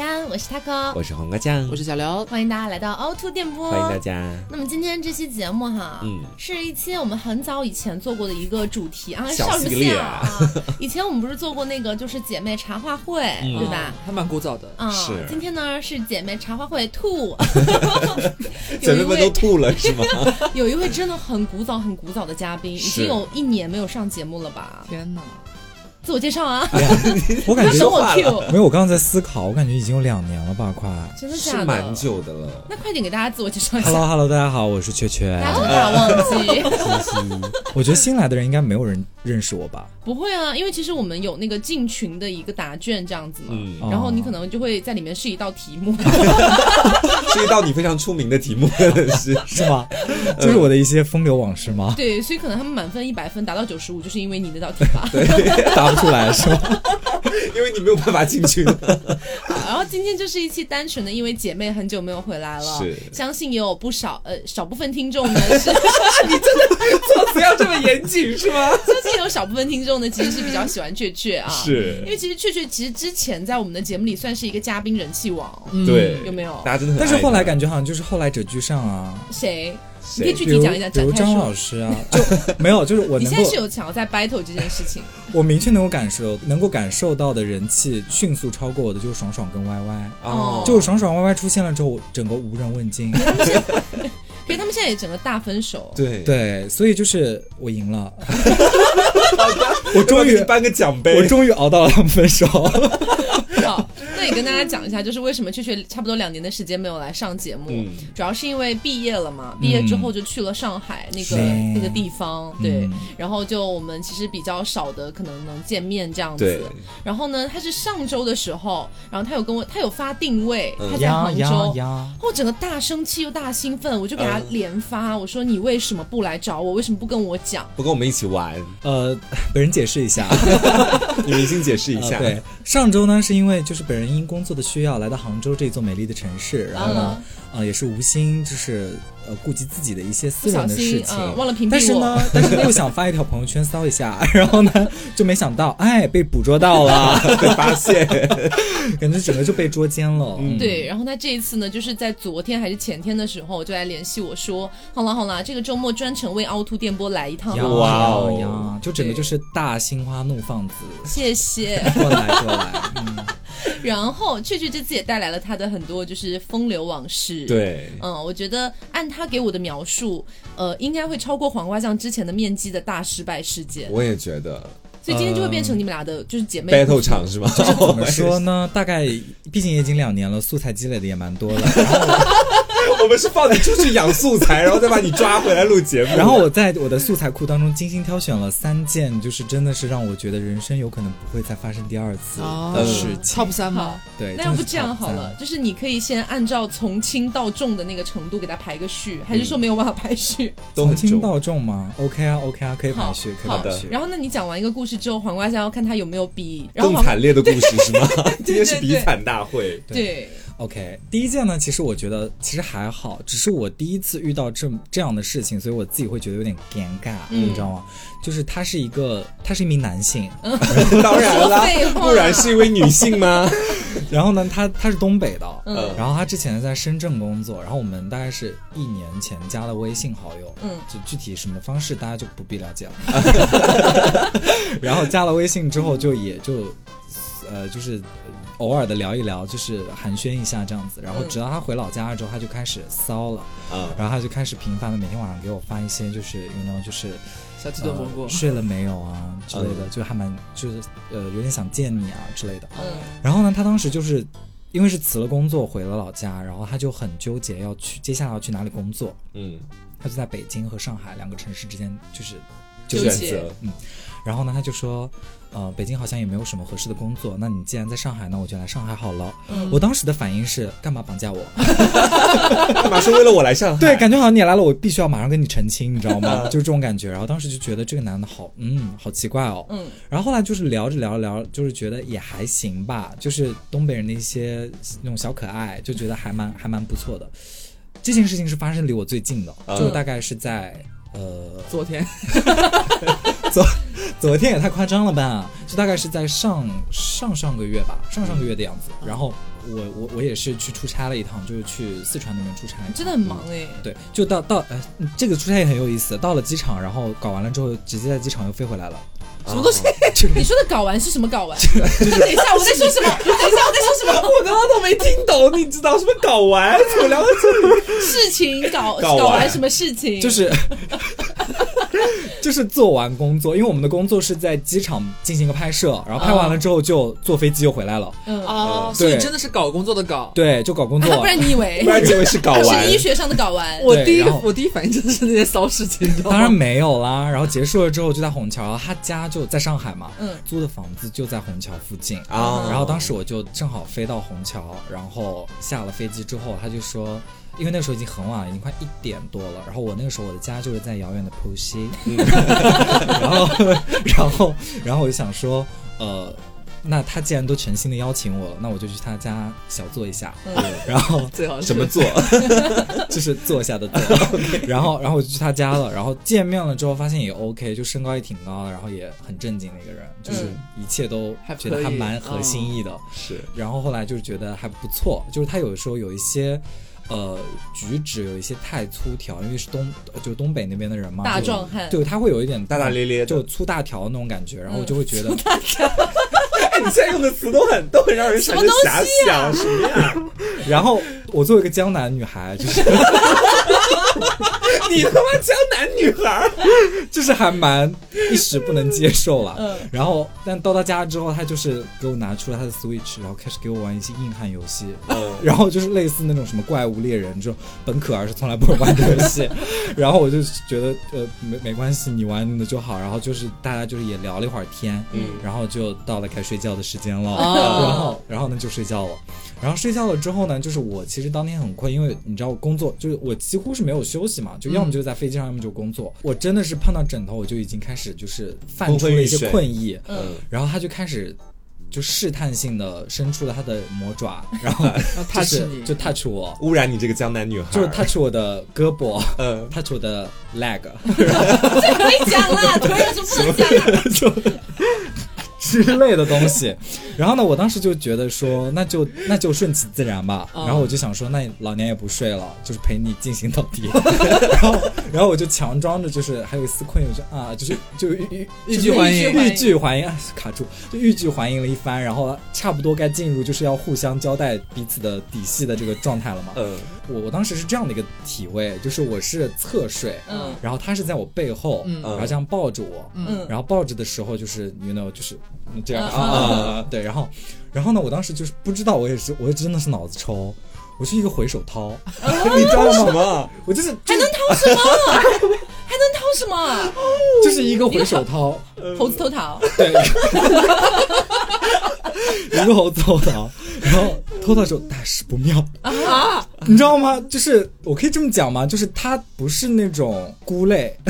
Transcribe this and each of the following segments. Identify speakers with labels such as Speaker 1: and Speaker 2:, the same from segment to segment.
Speaker 1: 安，我是 taco，
Speaker 2: 我是黄瓜酱，
Speaker 3: 我是小刘，
Speaker 1: 欢迎大家来到凹凸电波，
Speaker 2: 欢迎大家。
Speaker 1: 那么今天这期节目哈，
Speaker 2: 嗯
Speaker 1: 是一期我们很早以前做过的一个主题啊，
Speaker 2: 小
Speaker 1: 少
Speaker 2: 系
Speaker 1: 时
Speaker 2: 列
Speaker 1: 性啊。 以前我们不是做过那个就是姐妹茶话会，
Speaker 2: 嗯哦
Speaker 1: 对吧？
Speaker 3: 还蛮古早的。
Speaker 1: 啊、
Speaker 2: 是
Speaker 1: 今天呢是姐妹茶话会 two，
Speaker 2: 姐
Speaker 1: 有一
Speaker 2: 妹们都
Speaker 1: 位
Speaker 2: 吐了是 吗？
Speaker 1: 有一位真的很古早很古早的嘉宾，已
Speaker 2: 是
Speaker 1: 经有一年没有上节目了吧？
Speaker 3: 天哪，
Speaker 1: 自我介绍啊， 不
Speaker 4: 我感
Speaker 1: 要
Speaker 4: 觉
Speaker 1: 手我
Speaker 2: 话
Speaker 1: Q，
Speaker 4: 没有，我刚刚在思考，我感觉已经有两年了吧，快。
Speaker 1: 真的假
Speaker 2: 是
Speaker 1: 的？
Speaker 2: 蛮久的了。
Speaker 1: 那快点给大家自我介绍一下，
Speaker 4: Hello Hello，大家 好，我是雀雀
Speaker 1: 大。家都把忘 记。
Speaker 4: 我觉得新来的人应该没有人认识 我吧？
Speaker 1: 不会啊，因为其实我们有那个进群的一个答卷这样子嘛，
Speaker 2: 嗯
Speaker 1: 然后你可能就会在里面是一道题 目，
Speaker 2: 是一道你非常出名的题目，真的 是
Speaker 4: 是吗？就是我的一些风流往事吗？
Speaker 1: 对，所以可能他们满分一百分达到九十五，就是因为你那道题 吧。
Speaker 4: 答不出来是吗？
Speaker 2: 因为你没有办法进去。
Speaker 1: 好然后今天就是一期单纯的，因为姐妹很久没有回来了，
Speaker 2: 是
Speaker 1: 相信也有不少呃少部分听众呢 是，
Speaker 3: 不要 这么严谨是吗？
Speaker 1: 相信有少部分听众呢其实是比较喜欢雀雀啊，，因
Speaker 2: 是，
Speaker 1: 为其实雀雀其实之前在我们的节目里算是一个嘉宾人气王，
Speaker 4: 嗯
Speaker 2: 对，
Speaker 1: 有没有？
Speaker 2: 大家真的很爱他。
Speaker 4: 但是后来感觉好像就是后来者居上啊，
Speaker 1: 谁？你
Speaker 2: 谁
Speaker 1: 可以具
Speaker 4: 比
Speaker 1: 体
Speaker 4: 如
Speaker 1: 讲一讲，
Speaker 4: 比
Speaker 1: 展
Speaker 4: 如
Speaker 1: 开
Speaker 4: 张老
Speaker 1: 说。
Speaker 4: 师啊，就 没有，就是我
Speaker 1: 你
Speaker 4: 能
Speaker 1: 现
Speaker 4: 够
Speaker 1: 在是有想要在 battle 这件事情，
Speaker 4: 我明确能够感受能够感受到的人气迅速超过我的就是爽爽跟歪歪，
Speaker 2: 哦，
Speaker 4: 就是爽爽歪歪出现了之后，我整个无人 问津。
Speaker 1: 可是他们现在也整个大分手，
Speaker 2: 对，
Speaker 4: 对，所以就是我赢了，我
Speaker 2: 终
Speaker 4: 终于
Speaker 2: 于颁个奖
Speaker 4: 我
Speaker 2: 杯。
Speaker 4: 终于熬到了他们分手。
Speaker 1: 好，那也跟大家讲一下，就是为什么雀雀差不多两年的时间没有来上节目，
Speaker 2: 嗯
Speaker 1: 主要是因为毕业了嘛，毕业之后就去了上海那个、
Speaker 4: 是
Speaker 1: 那个地方，对，
Speaker 4: 嗯
Speaker 1: 然后就我们其实比较少的可能能见面这样
Speaker 2: 对
Speaker 1: 子。然后呢，他是上周的时候，然后他有跟我，他有发定位，
Speaker 2: 嗯
Speaker 1: 他在
Speaker 4: 呀
Speaker 1: 杭
Speaker 4: 呀
Speaker 1: 州。
Speaker 4: 呀！
Speaker 1: 我整个大生气又大兴奋，我就给他
Speaker 2: 嗯
Speaker 1: 连发，我说你为什么不来找我？为什么不跟我讲？
Speaker 2: 不跟我们一起玩，
Speaker 4: 呃，本人解释 一下，
Speaker 2: 你明星解释一下。
Speaker 4: 呃 对，上周呢是因为就是本人因工作的需要来到杭州这座美丽的城市，然
Speaker 1: 啊
Speaker 4: 后呢，呃，也是无心就是呃顾及自己的一些
Speaker 1: 不
Speaker 4: 私
Speaker 1: 小
Speaker 4: 人的事
Speaker 1: 心
Speaker 4: 情。
Speaker 1: 嗯忘了屏蔽我。
Speaker 4: 但是呢， 但是呢又想发一条朋友圈骚一下， 然后呢，就没想到，哎，被捕捉到了，
Speaker 2: 被发现，
Speaker 4: 感觉整个就被捉奸了。嗯，
Speaker 1: 对，然后他这一次呢，就是在昨天还是前天的时候，就来联系我说，好啦好啦，这个周末专程为凹凸电波来一趟
Speaker 4: 呀
Speaker 1: 啊，
Speaker 2: 哇哦
Speaker 4: 呀呀！就整个就是大心花怒放 子，
Speaker 1: 谢谢。
Speaker 4: 过来过来，嗯。
Speaker 1: 然后雀雀这次也带来了他的很多就是风流往事。。
Speaker 2: 对，
Speaker 1: 嗯，我觉得按他给我的描述，呃，应该会超过黄瓜酱之前的面基的大失败事件，
Speaker 2: 我也觉得
Speaker 1: 所以今天就会变成你们俩的就是姐妹
Speaker 2: battle 场是吗？
Speaker 4: 怎么说呢？大概毕竟也已经两年了，素材积累的也蛮多了。
Speaker 2: 我们是放你出去养素材，然后再把你抓回来录节目。
Speaker 4: 然后我在我的素材库当中精心挑选了三件，就是真的是让我觉得人生有可能不会再发生第二次的事情。
Speaker 3: 嗯，Top 三
Speaker 1: 好
Speaker 3: 吗？，
Speaker 4: 对，
Speaker 1: 哦那
Speaker 4: 真
Speaker 1: 要
Speaker 4: 的
Speaker 1: 不
Speaker 4: 是
Speaker 1: 这样好
Speaker 4: 挑
Speaker 1: 了
Speaker 4: 战，，
Speaker 1: 就是你可以先按照从轻到重的那个程度给他排个序，
Speaker 2: 嗯
Speaker 1: 还是说没有办法排序？
Speaker 2: 都很
Speaker 4: 从轻
Speaker 2: 重
Speaker 4: 到重嘛，OK 啊，OK 啊，可以
Speaker 1: 好
Speaker 4: 排序，可以
Speaker 1: 好
Speaker 4: 排序。
Speaker 1: 然后，那你讲完一个故事之后，黄瓜酱要看他有没有比，然后
Speaker 2: 更
Speaker 1: 黄瓜
Speaker 2: 惨烈的故事是吗？今天是
Speaker 1: 对
Speaker 2: 比惨大会，
Speaker 1: 对，
Speaker 4: OK，第一件呢，其实我觉得其实还好，只是我第一次遇到这这样的事情，所以我自己会觉得有点尴尬，
Speaker 1: 嗯
Speaker 4: 你知道吗？就是他是一个，他是一名男性，
Speaker 2: 当然啦
Speaker 1: 废，话
Speaker 2: 不然是一位女性吗？
Speaker 4: 然后呢，他他是东北的，
Speaker 1: 嗯
Speaker 4: 然后他之前在深圳工作，然后我们大概是一年前加了微信好友，
Speaker 1: 嗯
Speaker 4: 就具体什么方式大家就不必了解了。 然后加了微信之后，就也就呃就是偶尔的聊一聊，就是寒暄一下这样子。然
Speaker 1: 嗯
Speaker 4: 后直到他回老家了之后，他就开始骚了，
Speaker 2: 啊，
Speaker 4: 然后他就开始频繁的每天晚上给我发一些就是，you know，就是
Speaker 3: 小鸡炖蘑菇
Speaker 4: 呃。睡了没有啊之类的，就还蛮就是呃有点想见你啊之类的。
Speaker 1: 嗯
Speaker 4: 然后呢，他当时就是因为是辞了工作回了老家，然后他就很纠结要去接下来要去哪里工作，
Speaker 2: 嗯，
Speaker 4: 他就在北京和上海两个城市之间就是
Speaker 1: 纠
Speaker 4: 纠
Speaker 2: 选
Speaker 4: 结。
Speaker 1: 结
Speaker 2: 择
Speaker 4: 然后呢，他就说，呃，北京好像也没有什么合适的工作，那你既然在上海，那我就来上海好了。
Speaker 1: 嗯
Speaker 4: 我当时的反应是，干嘛绑架我？
Speaker 2: 干嘛说为了我来上海？ 啊
Speaker 4: 对，感觉好像你也来了，我必须要马上跟你澄清，你知道 吗？就是这种感觉。然后当时就觉得这个男的好，嗯，好奇怪哦。
Speaker 1: 嗯
Speaker 4: 然后后来就是聊着聊着聊着，就是觉得也还行吧，就是东北人的一些那种小可爱，就觉得还蛮还蛮不错的。这件事情是发生离我最近的，
Speaker 2: 嗯
Speaker 4: 就大概是在呃
Speaker 3: 昨天
Speaker 4: 昨天也太夸张了吧，就大概是在上上上个月吧，上上个月的样子。然后我我我也是去出差了一趟，就是去四川那边出差，
Speaker 1: 真的很忙哎、
Speaker 4: 对，就到到呃，嗯这个出差也很有意思。到了机场，然后搞完了之后，直接在机场又飞回来了。
Speaker 1: 什么东西？你说的睾丸是什么睾丸？等一下，我在说什么？等一下，我在说什么？
Speaker 3: 我刚刚都没听懂，你知道什么搞 完？怎么聊到这里？
Speaker 1: 事情搞
Speaker 2: 睾丸
Speaker 1: 搞完什么事情？
Speaker 4: 就是 就是做完工作，因为我们的工作是在机场进行一个拍摄，然后拍完了之后就坐飞机又回来了。
Speaker 1: 嗯，啊
Speaker 3: 哦，
Speaker 2: 嗯
Speaker 3: 所以
Speaker 4: 对
Speaker 3: 真的是搞工作的搞。
Speaker 4: 对，就搞工 作。
Speaker 1: 不然你以为
Speaker 2: 不然结尾是搞完
Speaker 1: 是医学上的睾丸？
Speaker 3: 我第一
Speaker 4: 然后
Speaker 3: 我第一反应真的是那些骚事情，你知道吗
Speaker 4: 当然没有啦。然后结束了之后就在虹桥，他家就在上海嘛，
Speaker 1: 嗯哦
Speaker 4: 租的房子就在虹桥附近。
Speaker 2: 啊
Speaker 4: 然后当时我就正好飞到虹桥，然后下了飞机之后，他就说。因为那个时候已经很晚了，已经快一点多了。然后我那个时候我的家就是在遥远的浦 西，然后然后然后我就想说，呃，那他既然都诚心的邀请我了，那我就去他家小坐一下。
Speaker 1: 嗯
Speaker 4: 然后
Speaker 3: 最好是
Speaker 2: 什么做？
Speaker 4: 就是坐下的 坐，然后然后我就去他家了，然后见面了之后发现也 OK，就身高也挺高的，然后也很正经的一个人，就是
Speaker 2: 嗯
Speaker 4: 一切都
Speaker 3: 还
Speaker 4: 觉得
Speaker 3: 可以
Speaker 4: 还蛮合心意的。
Speaker 2: 是
Speaker 4: 然后后来就是觉得还不错，就是他有的时候有一些。呃，举止有一些太粗条，因为是东，就是东北那边的人嘛，
Speaker 1: 大
Speaker 4: 就
Speaker 1: 壮汉
Speaker 4: 对，他会有一点
Speaker 2: 大大咧咧的
Speaker 4: 就粗大条那种感觉，然后我就会觉得，
Speaker 2: 哎，你现在用的词都很都很让人产生遐想，什么呀？
Speaker 4: 然后我作为一个江南女孩，就是
Speaker 2: 你他妈江南女孩，
Speaker 4: 就是还蛮一时不能接受了。
Speaker 1: 嗯
Speaker 4: 然后但到他家之后，他就是给我拿出了他的 Switch，然后开始给我玩一些硬汉游戏。
Speaker 2: 嗯，
Speaker 4: 然后就是类似那种什么怪物猎人这种本可儿是从来不会玩的游戏， 然后我就觉得呃没没关系，你玩你的就好。然后就是大家就是也聊了一会儿天，
Speaker 2: 嗯
Speaker 4: 然后就到了该睡觉的时间了，
Speaker 1: 哦
Speaker 4: 然后然后呢就睡觉了。然后睡觉了之后呢，就是我其实当天很困，因为你知道我工作就是我几乎是没有休息嘛，就要么就在飞机上，要么就工作。我真的是碰到枕头我就已经开始就是泛
Speaker 2: 昏
Speaker 4: 出
Speaker 2: 昏
Speaker 4: 了一
Speaker 2: 欲
Speaker 4: 些
Speaker 2: 睡
Speaker 4: 困意，
Speaker 1: 嗯，
Speaker 4: 然后他就开始就试探性的伸出了他的魔爪，然后就
Speaker 3: touch
Speaker 4: 是
Speaker 3: 你
Speaker 4: 就 touch 我，
Speaker 2: 污染你这个江南女孩，
Speaker 4: 就是 touch 我的胳膊
Speaker 2: 嗯，
Speaker 4: ，touch 我的 leg，
Speaker 1: 这可以讲啦，突然有什么不能讲的？
Speaker 4: 就之类的东西。然后呢，我当时就觉得说，那就那就顺其自然吧。
Speaker 3: 嗯
Speaker 4: 然后我就想说，那老娘也不睡了，就是陪你进行到底。 然后然后我就强装着就是还有一丝困意，我就啊，就是就欲欲
Speaker 3: 欲拒还迎
Speaker 4: 欲拒还迎，啊卡住，就欲拒还迎了一番。然后差不多该进入就是要互相交代彼此的底细的这个状态了嘛。
Speaker 2: 嗯，
Speaker 4: 我我当时是这样的一个体位，就是我是侧睡，
Speaker 1: 嗯
Speaker 4: 然后他是在我背后，
Speaker 3: 嗯
Speaker 4: 然后这样抱着我，
Speaker 1: 嗯
Speaker 4: 然后抱着的时候就是，you know，就是嗯这样
Speaker 1: 啊
Speaker 4: 啊，对，然后，然后呢，我当时就是不知道，我也是，我也真的是脑子抽，我是一个回手 掏，
Speaker 2: 你知道什么？
Speaker 4: 我就是
Speaker 1: 还
Speaker 4: 就
Speaker 1: 能掏什么？还能掏什么？
Speaker 4: 就是一个回手掏，
Speaker 1: 猴子偷桃，
Speaker 4: 对， 一个猴子偷桃，然后偷到时候大事不妙啊，你知道吗？就是我可以这么讲吗？就是他不是那种菇类，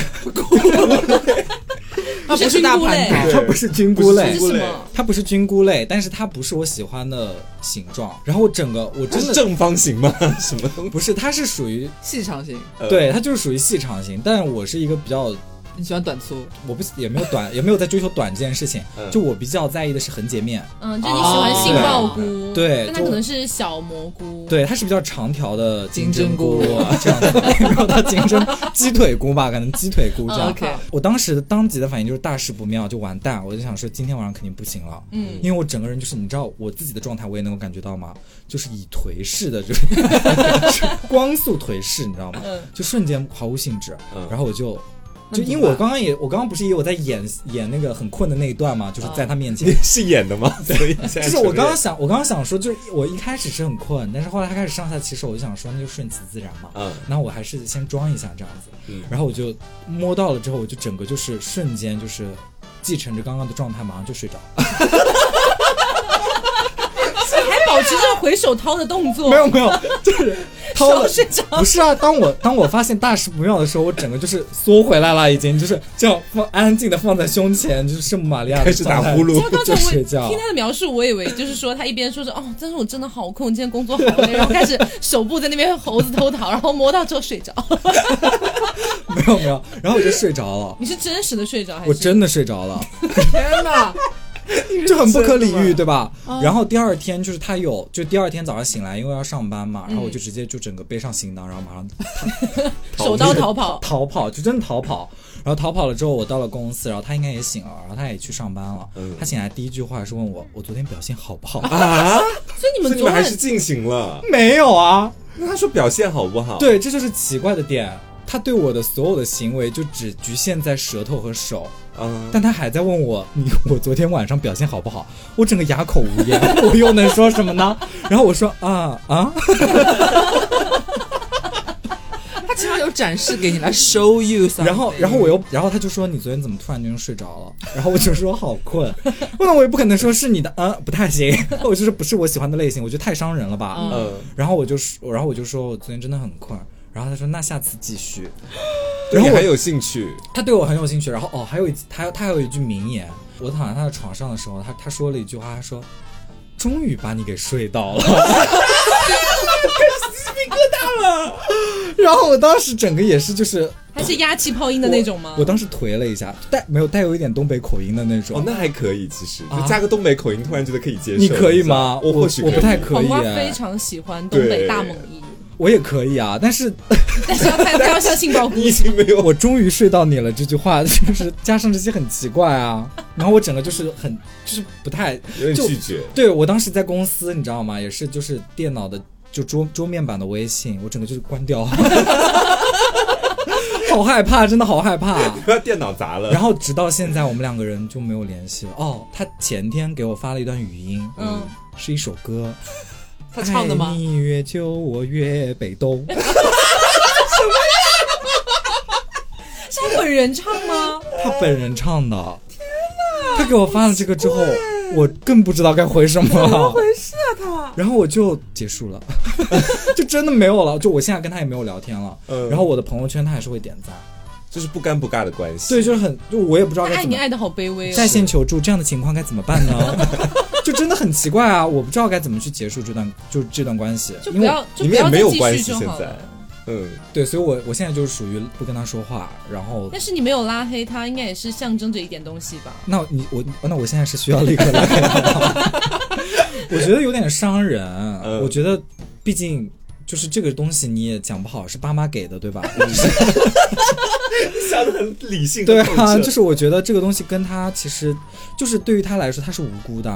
Speaker 3: 它不是大盘
Speaker 1: 不是菌菇
Speaker 2: 对
Speaker 3: 桃
Speaker 4: 他哎不是菌菇类
Speaker 1: 这是，什么？
Speaker 4: 它不是菌菇类，但是它不是我喜欢的形状。然后我整个我真
Speaker 2: 是
Speaker 4: 的
Speaker 2: 正方形吗？ 什么东西？
Speaker 4: 不是，它是属于
Speaker 3: 细长型，
Speaker 2: 呃
Speaker 4: 对，它就是属于细长型。但我是一个比较，
Speaker 3: 你喜欢短粗，
Speaker 4: 我不也没有短，也没有在追求短这件事情。
Speaker 2: 嗯
Speaker 4: 就我比较在意的是横截面，
Speaker 1: 嗯，就是你喜欢杏鲍菇，
Speaker 4: 对对
Speaker 1: 但它可能是小蘑菇，，
Speaker 4: 对，它是比较长条的金针菇
Speaker 3: 金针
Speaker 4: 这样的，然后它金针鸡腿菇吧，可能鸡腿菇这
Speaker 1: 嗯
Speaker 4: 样。
Speaker 1: ，OK
Speaker 4: 我当时的当即的反应就是大事不妙，就完蛋。我就想说今天晚上肯定不行了。
Speaker 1: 嗯
Speaker 4: 因为我整个人就是，你知道我自己的状态，我也能够感觉到吗？就是以颓势的，就是 光速颓势，你知道吗？
Speaker 1: 嗯
Speaker 4: 就瞬间毫无兴致，
Speaker 2: 嗯
Speaker 4: 然后我就。
Speaker 3: 那
Speaker 4: 就
Speaker 3: 你
Speaker 4: 因为我刚刚也，我刚刚不是也有在演演那个很困的那一段嘛，就是在他面前，
Speaker 2: 你是演的吗？所以现在
Speaker 4: 就是我刚刚想，我刚刚想说，就是我一开始是很困，但是后来他开始上下其手，我就想说那就顺其自然嘛。
Speaker 1: 啊
Speaker 2: 嗯
Speaker 4: 然后我还是先装一下这样子，
Speaker 2: 嗯
Speaker 4: 然后我就摸到了之后，我就整个就是瞬间就是继承着刚刚的状态，马上就睡着。
Speaker 1: 还保持着回手掏的动作，
Speaker 4: 没有没有， 就是掏了
Speaker 1: 哦手睡着，
Speaker 4: 不是啊，当我当我发现大事不妙的时候，我整个就是缩回来了，已经就是这样放安静的放在胸前，就是圣母玛利亚的
Speaker 2: 开始打
Speaker 4: 状态
Speaker 2: 呼噜
Speaker 1: 就刚才
Speaker 4: 就
Speaker 1: 我
Speaker 4: 睡觉
Speaker 1: 听。他的描述，我以为就是说他一边说着哦，但是我真的好困，我今天工作好累，然后开始手部在那边猴子偷桃，然后摸到之后睡着。
Speaker 4: 没有没有，然后我就睡着了，
Speaker 1: 你是真实的睡着还是？
Speaker 4: 我真的睡着了。
Speaker 3: 天哪！
Speaker 4: 就很不可理喻，对吧
Speaker 1: 哦？
Speaker 4: 然后第二天就是他有，就第二天早上醒来，因为要上班嘛，然后我就直接就整个背上行囊，然后马上
Speaker 1: 手刀逃跑，
Speaker 4: 逃跑，就真的逃跑。 然后逃跑了之后，我到了公司，然后他应该也醒了，然后他也去上班了。
Speaker 2: 嗯
Speaker 4: 他醒来第一句话还是问我，我昨天表现好不好？
Speaker 1: 所
Speaker 2: 啊，
Speaker 1: 以你
Speaker 2: 所以
Speaker 1: 们
Speaker 2: 你
Speaker 1: 昨
Speaker 2: 们还
Speaker 1: 晚
Speaker 2: 是进行了。
Speaker 4: 没有啊，
Speaker 2: 那他说表现好不好？，
Speaker 4: 对，这就是奇怪的点。他对我的所有的行为就只局限在舌头和手，
Speaker 2: 嗯，
Speaker 4: 但他还在问我，你 我昨天晚上表现好不好？我整个哑口无言， 我又能说什么呢？然后我说啊啊，
Speaker 3: 他起码有展示给你来 show you，something
Speaker 2: 嗯
Speaker 4: 然后然后我又，然后他就说你昨天怎么突然间睡着了？然后我就说好困，那我也不可能说是你的，嗯，不太行，我就是不是我喜欢的类型，我觉得太伤人了吧。
Speaker 1: 嗯
Speaker 2: 嗯，
Speaker 4: 然后我就说，然后我就说我昨天真的很困，然后他说那下次继续，
Speaker 2: 然
Speaker 4: 然
Speaker 2: 后
Speaker 4: 后
Speaker 2: 还
Speaker 4: 我
Speaker 2: 有兴趣，
Speaker 4: 他对我很有兴趣，然后哦，还有一他他还有一句名言，我躺在他的床上的时候，他他说了一句话，他说：“终于把你给睡到 了。” 然后我当时整个也是就是
Speaker 1: 还是压气泡音的那种吗
Speaker 4: 我？？我当时颓了一下，带没有带有一点东北口音的那种。
Speaker 2: 哦，那还可以，其实就
Speaker 4: 啊
Speaker 2: 加个东北口音，突然觉得可以接受。
Speaker 4: 你可以吗？
Speaker 2: 我或许
Speaker 4: 我不
Speaker 2: 可以
Speaker 4: 太可
Speaker 1: 黄
Speaker 4: 以
Speaker 1: 瓜
Speaker 4: 哎，
Speaker 1: 非常喜欢东北大猛一，
Speaker 4: 我也可以啊，但是
Speaker 1: 但是要看不要相信 高估
Speaker 2: 你已经没有
Speaker 4: 我终于睡到你了这句话，就是加上这些很奇怪啊，然后我整个就是很就是不太
Speaker 2: 有点
Speaker 4: 就
Speaker 2: 拒绝，
Speaker 4: 对我当时在公司，你知道吗？也是就是电脑的就桌桌面版的微信，我整个就是关掉， 好害怕，真的好害怕。
Speaker 2: 把电脑砸了。
Speaker 4: 然
Speaker 2: 后
Speaker 4: 后直到现在，我们两个人就没有联系了。哦，他前天给我发了一段语音，
Speaker 1: 嗯
Speaker 4: 嗯，是一首歌，
Speaker 3: 他唱的
Speaker 4: 爱
Speaker 3: 吗？
Speaker 4: 你越久，我越北东。
Speaker 1: 是他本人唱 吗？
Speaker 4: 他本人唱的。天哪！他给我发了这个之后，我更不知道该回什么了。怎么回事啊他？然后我就结束了， 就真的没有了。就我现在跟他也没有聊天了。
Speaker 2: 嗯
Speaker 4: 然后我的朋友圈他还是会点赞，
Speaker 2: 就是不尴不尬的关系，
Speaker 4: 所以就是很，就我也不知道
Speaker 1: 他
Speaker 4: 该
Speaker 1: 爱
Speaker 4: 怎
Speaker 1: 你
Speaker 4: 么
Speaker 1: 爱的好卑微
Speaker 4: 在
Speaker 1: 哦。
Speaker 4: 线求助这样的情况该怎么 办呢？就真的很奇怪啊，我不知道该怎么去结束这段就这段关系，
Speaker 1: 就
Speaker 4: 因
Speaker 1: 不
Speaker 4: 为
Speaker 1: 要，就不
Speaker 2: 你们也
Speaker 1: 要
Speaker 2: 没
Speaker 1: 再
Speaker 2: 有关
Speaker 1: 继
Speaker 2: 系
Speaker 1: 续就
Speaker 2: 现
Speaker 1: 好
Speaker 2: 在
Speaker 1: 了。。
Speaker 2: 嗯，
Speaker 4: 对，所以我我现在就是属于不跟他说话，然后
Speaker 1: 但是你没有拉黑他，应该也是象征着一点东西吧？
Speaker 4: 那你我那我现在是需要立刻来 的，我觉得有点伤人。我觉得，毕竟就是这个东西你也讲不好，是爸妈给的，对吧？
Speaker 2: 想的很理性，
Speaker 4: 对
Speaker 2: 很
Speaker 4: 啊，
Speaker 2: 透彻
Speaker 4: 就是我觉得这个东西跟他其实就是对于他来说他是无辜的，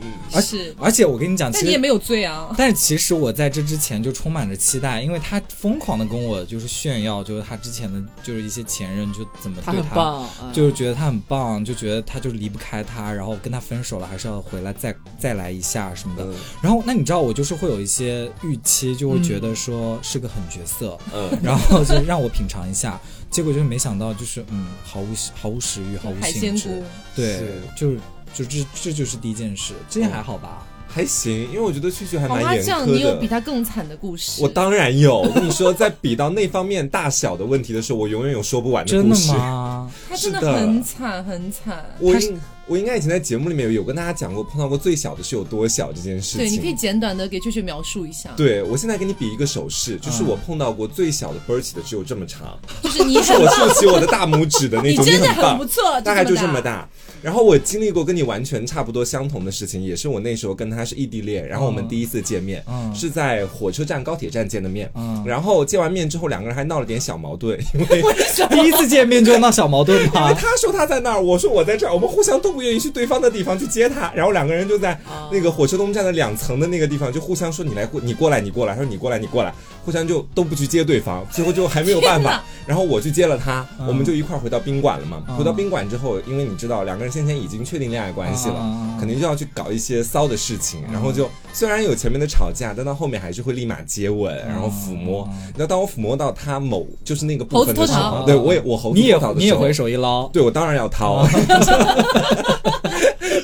Speaker 2: 嗯，
Speaker 4: 而
Speaker 1: 是，
Speaker 4: 而且我跟你讲，
Speaker 1: 但
Speaker 4: 其
Speaker 1: 你也
Speaker 4: 实。
Speaker 1: 没有罪啊。
Speaker 4: 但是其实我在这之前就充满着期待，因为他疯狂的跟我就是炫耀，就是他之前的就是一些前任就怎么
Speaker 3: 他
Speaker 4: 对
Speaker 3: 很棒，嗯
Speaker 4: 就是觉得他很棒，就觉得他就离不开他，然后跟他分手了，还是要回来再再来一下什么的。
Speaker 2: 嗯
Speaker 4: 然后那你知道我就是会有一些预期，就会觉得说是个狠角色，
Speaker 2: 嗯，
Speaker 4: 然后就让我品尝一下。结果就是没想到，就是嗯，毫无毫无食欲，毫无
Speaker 1: 海
Speaker 4: 兴
Speaker 1: 鲜
Speaker 4: 致
Speaker 1: 菇。，
Speaker 4: 对
Speaker 2: 是，
Speaker 4: 就是就这这就是第一件事，这还好吧？
Speaker 2: 还行，因为我觉得旭旭还
Speaker 1: 黄
Speaker 2: 蛮
Speaker 1: 花
Speaker 2: 严苛
Speaker 1: 酱，
Speaker 2: 的。
Speaker 1: 你有比他更惨的故事？
Speaker 2: 我当然有，我跟你说，在比到那方面大小的问题的时候，我永远有说不完
Speaker 4: 真
Speaker 2: 故
Speaker 4: 的
Speaker 2: 事。
Speaker 4: 吗？
Speaker 1: 他真的
Speaker 2: 是的
Speaker 1: 很惨很惨。
Speaker 2: 我
Speaker 4: 他
Speaker 2: 应我应该以前在节目里面有跟大家讲过，碰到过最小的是有多小这件事情。
Speaker 1: 对，你可以简短的给雀雀描述一下，
Speaker 2: 对我现在给你比一个手势，就是我碰到过最小的 Birch 的只有这 么长，
Speaker 1: 就是你
Speaker 2: 就是
Speaker 1: 很
Speaker 2: 我竖起我的大拇指的那
Speaker 1: 你
Speaker 2: 种，
Speaker 1: 真的
Speaker 2: 很棒
Speaker 1: 很不错，
Speaker 2: 大概就这
Speaker 1: 么
Speaker 2: 么。大。然后我经历过跟你完全差不多相同的事情，也是我那时候跟他是异地恋，然后我们
Speaker 4: 嗯
Speaker 2: 第一次见面、
Speaker 4: 嗯
Speaker 2: 是在火车站、高铁站见的面，
Speaker 4: 嗯
Speaker 2: 然后见完面之后两个人还闹了点小矛盾，因为
Speaker 4: 第一次见面就闹小矛盾 吗？
Speaker 2: 他说他在那儿，我说我在这儿，我们互相都不愿意去对方的地方去接他，然后两个人就在
Speaker 1: 哦
Speaker 2: 那个火车东站的两层的那个地方就互相说你来过，你过来，你过来，他说你过来，你过来，互相就都不去接对方，最后就还没有办
Speaker 1: 天
Speaker 2: 法
Speaker 1: 哪，
Speaker 2: 然后我去接了他，
Speaker 4: 嗯
Speaker 2: 我们就一块儿回到宾馆了嘛。
Speaker 4: 嗯
Speaker 2: 回到宾馆之后，因为你知道两个人先前已经确定恋爱关系了。
Speaker 4: 啊
Speaker 2: 肯定就要去搞一些骚的事情，
Speaker 4: 嗯
Speaker 2: 然后就虽然有前面的吵架，但到后面还是会立马接吻，然后抚摸。
Speaker 4: 嗯
Speaker 2: 那当我抚摸到他某就是那个部分的时
Speaker 1: 猴子脱
Speaker 2: 候，
Speaker 4: 逃
Speaker 2: 对我也我猴子
Speaker 4: 嗯你也
Speaker 2: 脱逃的
Speaker 4: 你
Speaker 2: 时
Speaker 4: 也
Speaker 2: 候，
Speaker 4: 回手一捞，
Speaker 2: 对我当然要掏，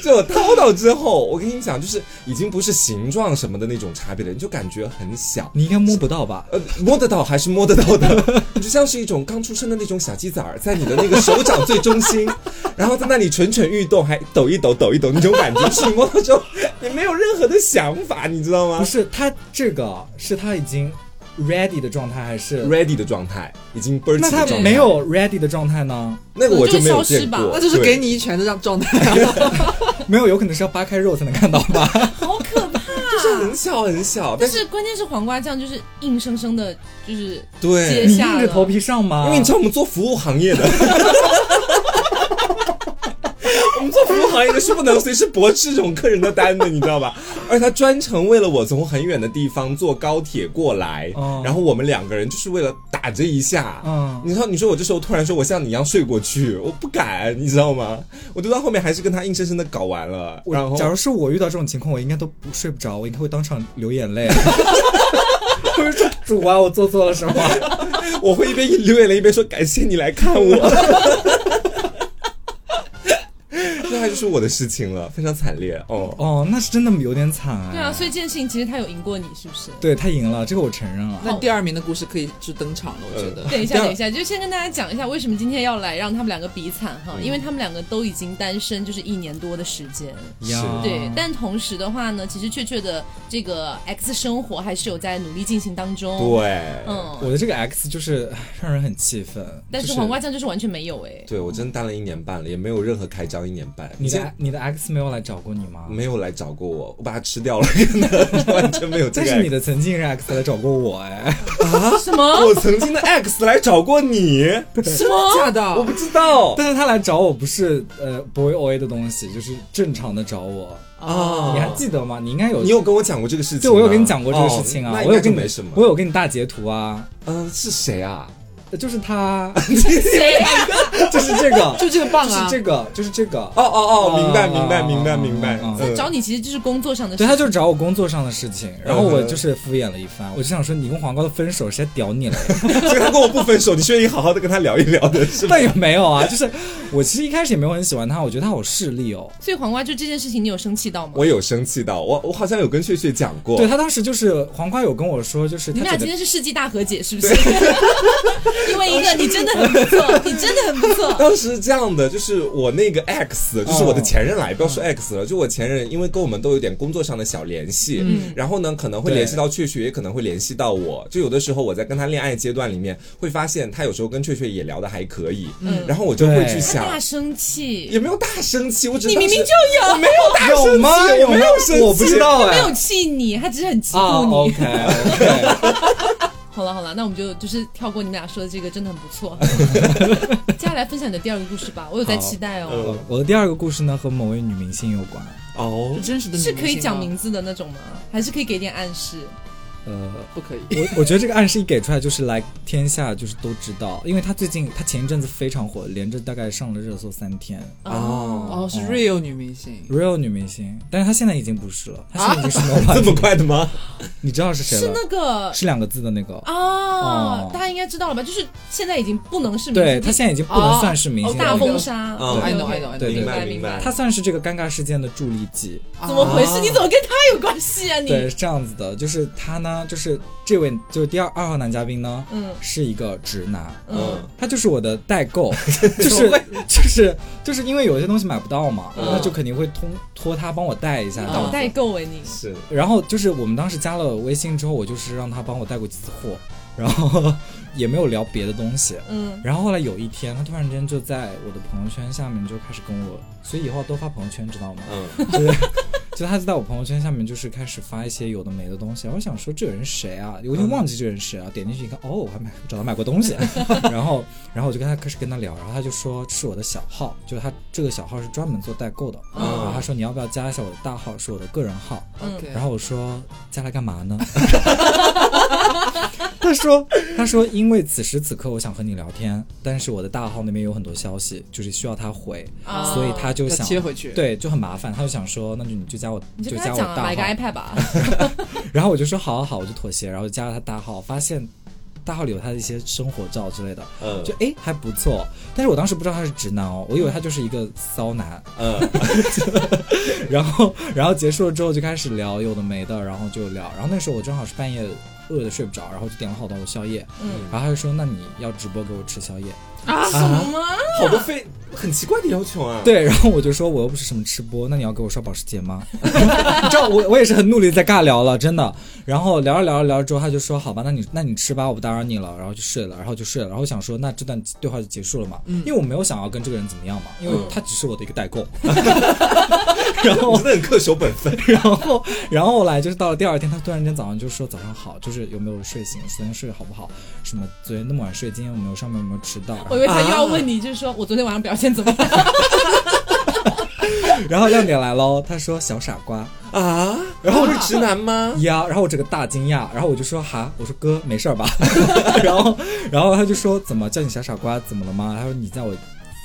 Speaker 2: 就我掏到之后，我跟你讲，就是已经不是形状什么的那种差别了，你就感觉很小。
Speaker 4: 你应该摸不到吧？
Speaker 2: 呃，摸得到还是摸得到的， 你就像是一种刚出生的那种小鸡崽儿，在你的那个手掌最中心，然后在那里蠢蠢欲动，还抖一抖、抖一抖那种感觉，是你摸到之后，你没有任何的想法，你知道
Speaker 4: 不
Speaker 2: 吗？
Speaker 4: 是，他这个是他已经 ready 的状态还是
Speaker 2: ready 的状态，已经 b u r
Speaker 4: 那
Speaker 2: s
Speaker 4: 他
Speaker 2: 的状态，
Speaker 4: 没有 ready 的状态呢？
Speaker 2: 那个我就没有
Speaker 1: 就消失
Speaker 2: 见
Speaker 1: 吧
Speaker 2: 过，
Speaker 3: 那就是给
Speaker 2: 对
Speaker 3: 你一拳的状状 态啊，
Speaker 4: 没有，有可能是要扒开肉才能看到 吧？
Speaker 1: 好可怕。
Speaker 3: 啊
Speaker 2: 就是很小很小，
Speaker 1: 但
Speaker 2: 但是
Speaker 1: 是关键是黄瓜酱就是硬生生的，就是
Speaker 2: 对
Speaker 1: 接，
Speaker 4: 你
Speaker 1: 下了
Speaker 4: 硬着头皮上吗？
Speaker 2: 因为你知道我们做服务行 业的，我们做服务行业的是不能随时驳斥这种客人的单的，你知道吧？而且他专程为了我从很远的地方坐高铁过来，
Speaker 4: 哦
Speaker 2: 然后我们两个人就是为了打这一下。
Speaker 4: 嗯
Speaker 2: 你知道，你说我这时候突然说我像你一样睡过去，我不敢，你知道吗？我就到后面还是跟他硬生生的搞完了，然后
Speaker 4: 假如是我遇到这种情况，我应该都不睡不着，我应该会当场流眼 泪。我说主啊，我做错了什么？
Speaker 2: 我会一边流眼泪一边说感谢你来看 我。 这还就是我的事情了，非常惨烈哦。
Speaker 4: 哦，那是真的有点惨哎。
Speaker 1: 对啊，所以这件事情其实他有赢过你，是不 是？
Speaker 4: 对他赢了，这个我承认了。
Speaker 3: 那第二名的故事可以就登场了，我觉
Speaker 4: 嗯
Speaker 3: 得。
Speaker 1: 等一下，等一下，就先跟大家讲一下为什么今天要来让他们两个比惨哈，因为他们两个都已经单身就是一年多的时间。
Speaker 4: 呀
Speaker 1: 对，但同时的话呢，其实雀雀的这个 X 生活还是有在努力进行当中。，
Speaker 2: 对，
Speaker 1: 嗯，
Speaker 4: 我的这个 X 就是唉让人很气愤。
Speaker 1: 但
Speaker 4: 就是是
Speaker 1: 黄瓜酱就是完全没有哎、
Speaker 2: 对我真单了一年半了，也没有任何开张一年半。
Speaker 4: 你
Speaker 2: 以前
Speaker 4: 的你的 X 没有来找过你吗？
Speaker 2: 没有来找过我，我把它吃掉了，真的完全没有这
Speaker 4: 但
Speaker 2: 个
Speaker 4: 是
Speaker 2: X。
Speaker 4: 你的曾经是 X 来找过我哎，
Speaker 1: 什 么
Speaker 2: 我曾经的 X 来找过你，
Speaker 1: 什么？
Speaker 3: 假的，
Speaker 2: 我不知道
Speaker 4: 但是他来找我不是呃不会 O A 的东西，就是正常的找我。你还
Speaker 2: 啊。
Speaker 4: 记得吗？你应该有
Speaker 2: 你有跟我讲过这个事情吗？
Speaker 4: 对，我有跟你讲过这个事情啊，
Speaker 2: 哦那应
Speaker 4: 我
Speaker 2: 该
Speaker 4: 有
Speaker 2: 就
Speaker 4: 跟你
Speaker 2: 没什么。
Speaker 4: 我有跟你大截图啊，
Speaker 2: 嗯，是谁啊？
Speaker 4: 呃就是他，
Speaker 1: 谁啊？
Speaker 4: 就是这 个，
Speaker 3: 就这个棒
Speaker 4: 就是
Speaker 3: 啊，
Speaker 4: 这个，就是这个。
Speaker 2: 哦哦哦，明白
Speaker 4: 啊
Speaker 2: 明白明白
Speaker 4: 啊
Speaker 2: 明白。
Speaker 4: 啊啊
Speaker 1: 他
Speaker 2: 嗯
Speaker 1: 找你其实就是工作上的事
Speaker 4: 对，
Speaker 1: 情。
Speaker 4: 他就是找我工作上的事情，然后我
Speaker 2: 嗯哼
Speaker 4: 就是敷衍了一番，我就想说你跟黄瓜的分手谁 屌你了？
Speaker 2: 所以他跟我不分手，你确定好好的跟他聊一聊的是吧
Speaker 4: 但？也没有啊，就是我其实一开始也没有很喜欢他，我觉得他好势利哦。
Speaker 1: 所以黄瓜就这件事情，你有生气到吗？
Speaker 2: 我有生气到我，我好像有跟雀雀讲过
Speaker 4: 对，他当时就是黄瓜有跟我说，就是
Speaker 1: 你
Speaker 4: 他
Speaker 1: 们俩
Speaker 4: 觉
Speaker 1: 今
Speaker 4: 得
Speaker 1: 天是世纪大和解，是不是？ 因为一个你真的很不错，你真的很不错。
Speaker 2: 当时这样的，就是我那个 X，就是我的前任啦，也不要说 X 了，就我前任，因为跟我们都有点工作上的小联系，然后呢，可能会
Speaker 4: 对
Speaker 2: 联系到雀雀，也可能会联系到我。就有的时候我在跟他恋爱阶段里面，会发现他有时候跟雀雀也聊的还可以，
Speaker 1: 嗯
Speaker 2: 然后我就会
Speaker 4: 对
Speaker 2: 去
Speaker 1: 他
Speaker 2: 想，
Speaker 1: 大生气，
Speaker 2: 也没有大生气，我只
Speaker 1: 你
Speaker 2: 当
Speaker 1: 明
Speaker 2: 时
Speaker 1: 明就有，没
Speaker 4: 有吗？
Speaker 2: 生气
Speaker 4: 有
Speaker 2: 我没有生气
Speaker 4: 我不知道哎
Speaker 1: 没。有气你，他只是很嫉
Speaker 4: 啊
Speaker 1: 妒你。
Speaker 4: ，OK OK，
Speaker 1: 好了好了，那我们就就是跳过你们俩说的这个，真的很不 错。接下来分享你的第二个故事吧，我有在期待哦。
Speaker 2: 嗯
Speaker 4: 我的第二个故事呢和某位女明星有关，
Speaker 2: 哦，
Speaker 3: 真实的
Speaker 1: 是可以讲
Speaker 3: 明，
Speaker 1: 名字的那种吗？还是可以给点暗示？
Speaker 4: 呃，
Speaker 3: 不可以。
Speaker 4: 我我觉得这个暗示一给出来，就是来天下就是都知道，因为他最近他前一阵子非常火，连着大概上了热搜三天。
Speaker 1: 啊
Speaker 2: 哦，
Speaker 3: 哦，是 real 女明星，
Speaker 4: real 女明星，但是她现在已经不是了，她现在已经是 nobody，、
Speaker 2: 这么快的吗？
Speaker 4: 你知道是谁
Speaker 1: 啊是
Speaker 4: 了？
Speaker 1: 那个
Speaker 4: 是两个字的那个，
Speaker 1: 啊
Speaker 4: 哦，
Speaker 1: 大家应该知道了吧？就是现在已经不能是明
Speaker 4: 对
Speaker 1: 星，
Speaker 4: 她现在已经不能算是明星
Speaker 1: 哦大
Speaker 4: 了。
Speaker 1: 风沙。
Speaker 2: 哦
Speaker 1: OK，OK
Speaker 3: I know，I know，I know
Speaker 4: 对对
Speaker 1: 明
Speaker 2: 对
Speaker 1: 明
Speaker 2: 明白
Speaker 4: 她算是这个尴尬事件的助力剂，
Speaker 1: 怎么回事？
Speaker 3: 啊
Speaker 1: 你怎么跟他有关系啊？
Speaker 4: 对，
Speaker 1: 你
Speaker 4: 是这样子的，就是她呢，就是这位就是第二二号男嘉宾呢，
Speaker 1: 嗯
Speaker 4: 是一个直男，
Speaker 1: 嗯
Speaker 2: 嗯，
Speaker 4: 他就是我的代 购，就是就是就是因为有些东西买不到嘛，
Speaker 2: 嗯哦
Speaker 4: 那就肯定会通托他帮我带一下这样
Speaker 1: 搞
Speaker 4: 子。
Speaker 1: 代购哎你。
Speaker 2: 是
Speaker 4: 然后就是我们当时加了微信之后，我就是让他帮我带过几次货，然后 也没有聊别的东西。
Speaker 1: 嗯，
Speaker 4: 然后后来有一天，他突然间就在我的朋友圈下面就开始跟我，所以以后多发朋友圈，知道吗？
Speaker 2: 嗯。
Speaker 4: 就是， 就他就在我朋友圈下面就是开始发一些有的没的东西，我想说这人谁啊？有点忘记这人谁啊？点进去一看，哦，我还买找他买过东西， 然后然后我就跟他开始跟他聊，然后他就说这是我的小号，就是他这个小号是专门做代购的，
Speaker 1: 嗯
Speaker 4: 然后他说你要不要加一下我的大号，是我的个人号，
Speaker 1: 嗯
Speaker 3: OK，
Speaker 4: 然后我说加来干嘛呢？ 他说他说因为此时此刻我想和你聊天，但是我的大号那边有很多消息，就是需要他回，
Speaker 1: 啊
Speaker 4: 所以他就
Speaker 3: 要
Speaker 4: 想
Speaker 3: 切回去，，
Speaker 4: 对，就很麻烦。他就想说，那就你就加我，
Speaker 1: 你就跟
Speaker 4: 加
Speaker 1: 他
Speaker 4: 我
Speaker 1: 讲啊，
Speaker 4: 大
Speaker 1: 买个
Speaker 4: 号。
Speaker 1: iPad 吧。
Speaker 4: 然后我就说好好好，我就妥协，然后加了他大号，发现大号里有他的一些生活照之类的，
Speaker 2: 嗯
Speaker 4: 就哎还不错。但是我当时不知道他是直男哦，我以为他就是一个骚男。
Speaker 2: 嗯，
Speaker 4: 然后然后结束了之后就开始聊有的没的，然后就聊。然后那时候我正好是半夜饿的睡不着，然后就点了好多宵夜。
Speaker 1: 嗯
Speaker 4: 然后他就说那你要直播给我吃宵夜，
Speaker 1: 啊什么？
Speaker 2: 好多非很奇怪的要求啊。
Speaker 4: 对，然后我就说我又不是什么吃播，那你要给我刷保时捷吗？ 你知道我我也是很努力在尬聊了，真的。然后聊着聊着聊着之后，他就说好吧，那你那你吃吧，我不打扰你了，然后就睡了，然后就睡了。然后我想说那这段对话就结束了嘛，
Speaker 1: 嗯
Speaker 4: 因为我没有想要跟这个人怎么样嘛，因为他只是我的一个代购。
Speaker 1: 嗯
Speaker 4: 然后
Speaker 2: 我真的很恪守本分。
Speaker 4: 然后， 然后后来就是到了第二天，他突然间早上就说早上好，就是有没有睡醒，昨天睡得好不好，什么昨天那么晚睡，今天有没有上班有没有迟到，
Speaker 1: 我以为他又
Speaker 4: 啊
Speaker 1: 要问你，就是说我昨天晚上表现怎么样？
Speaker 4: 然后亮点来喽，他说小傻瓜
Speaker 2: 啊，然后是直男吗？
Speaker 4: 呀，然后我整个大惊讶，然后我就说哈，我说哥没事儿吧， 然后然后他就说怎么叫你小傻瓜怎么了吗？他说你在我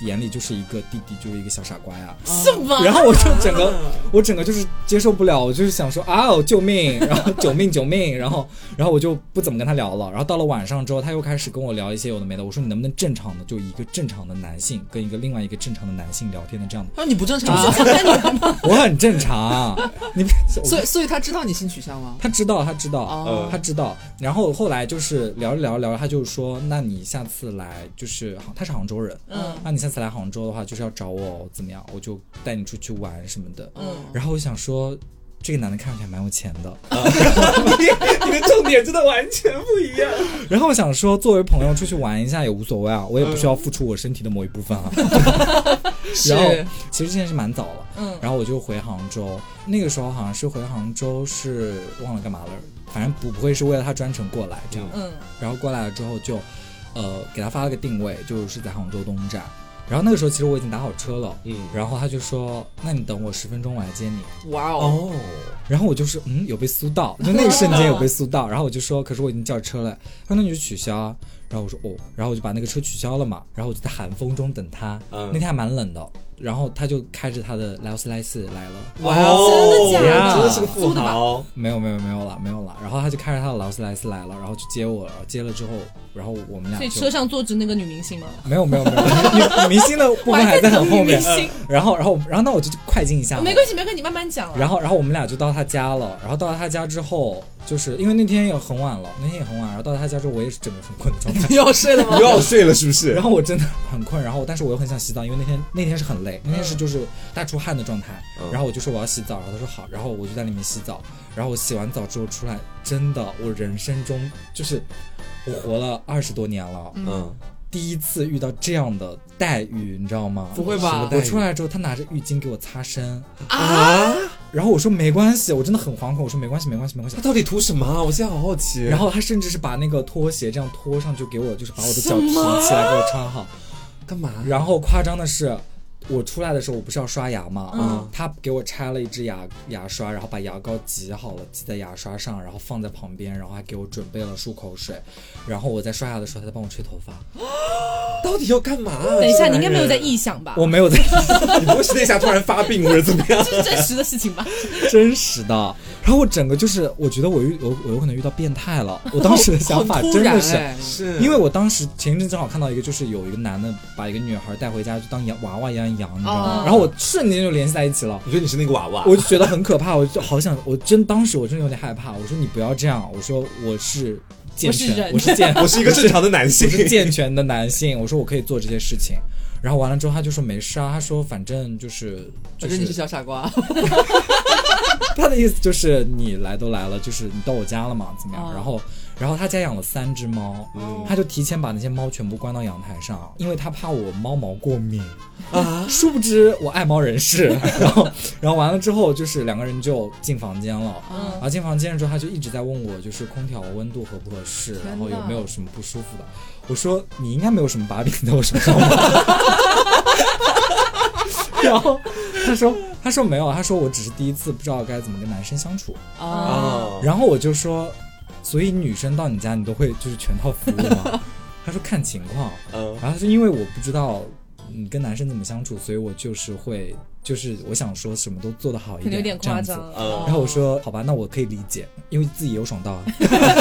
Speaker 4: 眼里就是一个弟弟，就是一个小傻瓜呀。
Speaker 1: 什么？
Speaker 4: 然后我就整个，我整个就是接受不了，我就是想说啊、哦，救命！然后救命，救命！然后，然后我就不怎么跟他聊了。然后到了晚上之后，他又开始跟我聊一些有的没的。我说你能不能正常的，就一个正常的男性跟一个另外一个正常的男性聊天的这样的？
Speaker 3: 他说啊你不正常，
Speaker 4: 啊我很正常，你 我
Speaker 3: 所以所以他知道你性取向吗？
Speaker 4: 他知道，他知道，
Speaker 3: 哦
Speaker 4: 他知道。然后后来就是聊着聊着聊着，他就说，那你下次来就是他是杭州人，
Speaker 1: 嗯
Speaker 4: 那你下次来杭州的话，就是要找我怎么样？我就带你出去玩什么的。
Speaker 3: 哦
Speaker 1: 嗯，
Speaker 4: 然后我想说，这个男的看上去还蛮有钱的。
Speaker 2: 你的重点真的完全不一样。
Speaker 4: 然后我想说，作为朋友出去玩一下也无所谓啊，我也不需要付出我身体的某一部分啊。然后其实现在是蛮早了，
Speaker 1: 嗯
Speaker 4: 然后我就回杭州，那个时候好像是回杭州是忘了干嘛了，反正不不会是为了他专程过来这样。
Speaker 1: 嗯
Speaker 4: 然后过来了之后就，呃，给他发了个定位，就是在杭州东站。然后那个时候其实我已经打好车了，
Speaker 2: 嗯
Speaker 4: 然后他就说：“那你等我十分钟，我来接你。”
Speaker 3: 哇哦，
Speaker 4: 然后我就是嗯，有被苏 到，就那个瞬间有被苏到。然后我就说，可是我已经叫车了。他说那你就取消啊。然后我说哦，然后我就把那个车取消了嘛。然后我就在寒风中等他，
Speaker 2: 嗯
Speaker 4: 那天还蛮冷的。然后他就开着他的劳斯莱斯来了，
Speaker 2: 哇
Speaker 1: 哦真的
Speaker 4: 假的
Speaker 2: 真的是个富豪。
Speaker 4: 没有没有没有了没有了。然后他就开着他的劳斯莱斯来了，然后去接我，然后接了之后，然后我们
Speaker 1: 所
Speaker 4: 俩就
Speaker 1: 以车上坐着那个女明星吗？
Speaker 4: 没有没有没有，女女明星的部分还在很后面
Speaker 1: 我还在等女明星。
Speaker 4: 然后然后然后那我就快进一下好了，
Speaker 1: 没关系，没关系，你慢慢讲啊。
Speaker 4: 然后，然后我们俩就到他家了。然后到了他家之后，就是因为那天也很晚了，那天也很晚。然后到他家之后，我也是整个很困的状态。
Speaker 3: 你 要睡了吗
Speaker 2: 又？要睡了是不是
Speaker 4: 然？后我真的很困，然后但是我又很想洗澡，因为那天那天是很累，
Speaker 1: 嗯
Speaker 4: 那天是就是大出汗的状态。
Speaker 2: 嗯
Speaker 4: 然后我就说我要洗澡，然后他说好，然后我就在里面洗澡。然后我洗完澡之后出来，真的，我人生中就是我活了二十多年了，
Speaker 2: 嗯，
Speaker 4: 第一次遇到这样的待遇，你知道吗？
Speaker 3: 不会吧
Speaker 4: 什么待遇我出来之后，他拿着浴巾给我擦身，
Speaker 2: 啊，
Speaker 4: 然后我说没关系，我真的很惶恐，我说没关系，没关系，没关系
Speaker 2: 他。到底图什么啊？我现在好好奇。
Speaker 4: 然后他甚至是把那个拖鞋这样拖上去给我，就是把我的脚提起来给我穿好。
Speaker 2: 干嘛？
Speaker 4: 然后夸张的是，我出来的时候我不是要刷牙嘛，
Speaker 1: 嗯
Speaker 4: 他给我拆了一支牙牙刷，然后把牙膏挤好了，挤在牙刷上，然后放在旁边，然后还给我准备了漱口水，然后我在刷牙的时候他在帮我吹头发，
Speaker 2: 到底要干嘛啊？
Speaker 1: 等一下，你应该
Speaker 2: 这男人
Speaker 1: 没有在臆想吧？
Speaker 4: 我没有在
Speaker 2: 你不会是那下突然发病或者怎么样？
Speaker 1: 这是真实的事 情吧？
Speaker 4: 真实的，然后我整个就是我觉得我遇我我有可能遇到变态了，我当 时的想法
Speaker 3: 很突
Speaker 4: 真
Speaker 3: 然
Speaker 4: 的是。
Speaker 3: 哎
Speaker 2: 是
Speaker 4: 因为我当时前一阵正好看到一个，就是有一个男的把一个女孩带回家，就当洋娃娃一样养，你知道
Speaker 1: 哦？
Speaker 4: 吗然后我瞬间就联系在一起了。
Speaker 2: 你觉得你是那个娃娃？
Speaker 4: 我就觉得很可怕，我就好想，我真当时我真的有点害怕。我说你不要这样，我说我是健
Speaker 1: 我是
Speaker 4: 全，
Speaker 1: 人
Speaker 4: 我 是健，
Speaker 2: 我是一个正常的男性
Speaker 4: 我。是健全的男性，我说我可以做这些事情。然后完了之后，他就说没事啊，他说反正就是就
Speaker 3: 反正你是
Speaker 4: 是
Speaker 3: 小傻瓜，
Speaker 4: 他的意思就是你来都来了，就是你到我家了嘛，怎么样？
Speaker 3: 哦
Speaker 4: 然后，然后他家养了三只猫，他就提前把那些猫全部关到阳台上，因为他怕我猫毛过敏啊。 殊不知我爱猫人士， 然后，然后完了之后就是两个人就进房间了。然
Speaker 1: 嗯，
Speaker 4: 后啊进房间之后，他就一直在问我，就是空调温度合不合适，然后有没有什么不舒服的。我说你应该没有什么把柄在我身上吧。 然后他说他说没有，啊他说我只是第一次不知道该怎么跟男生相处。
Speaker 3: 啊，
Speaker 2: 啊，
Speaker 4: 然后我就说，所以女生到你家你都会就是全套服务吗？ 他说看情况，
Speaker 2: 嗯
Speaker 4: 然后他说因为我不知道你跟男生怎么相处，所以我就是会就是我想说什么都做得好一
Speaker 1: 可能
Speaker 4: 点，
Speaker 1: 有点
Speaker 4: 这
Speaker 1: 夸
Speaker 4: 样子呃
Speaker 1: 张。。啊哦
Speaker 2: 嗯
Speaker 4: 然后我说好吧，那我可以理解，因为自己也有爽到啊，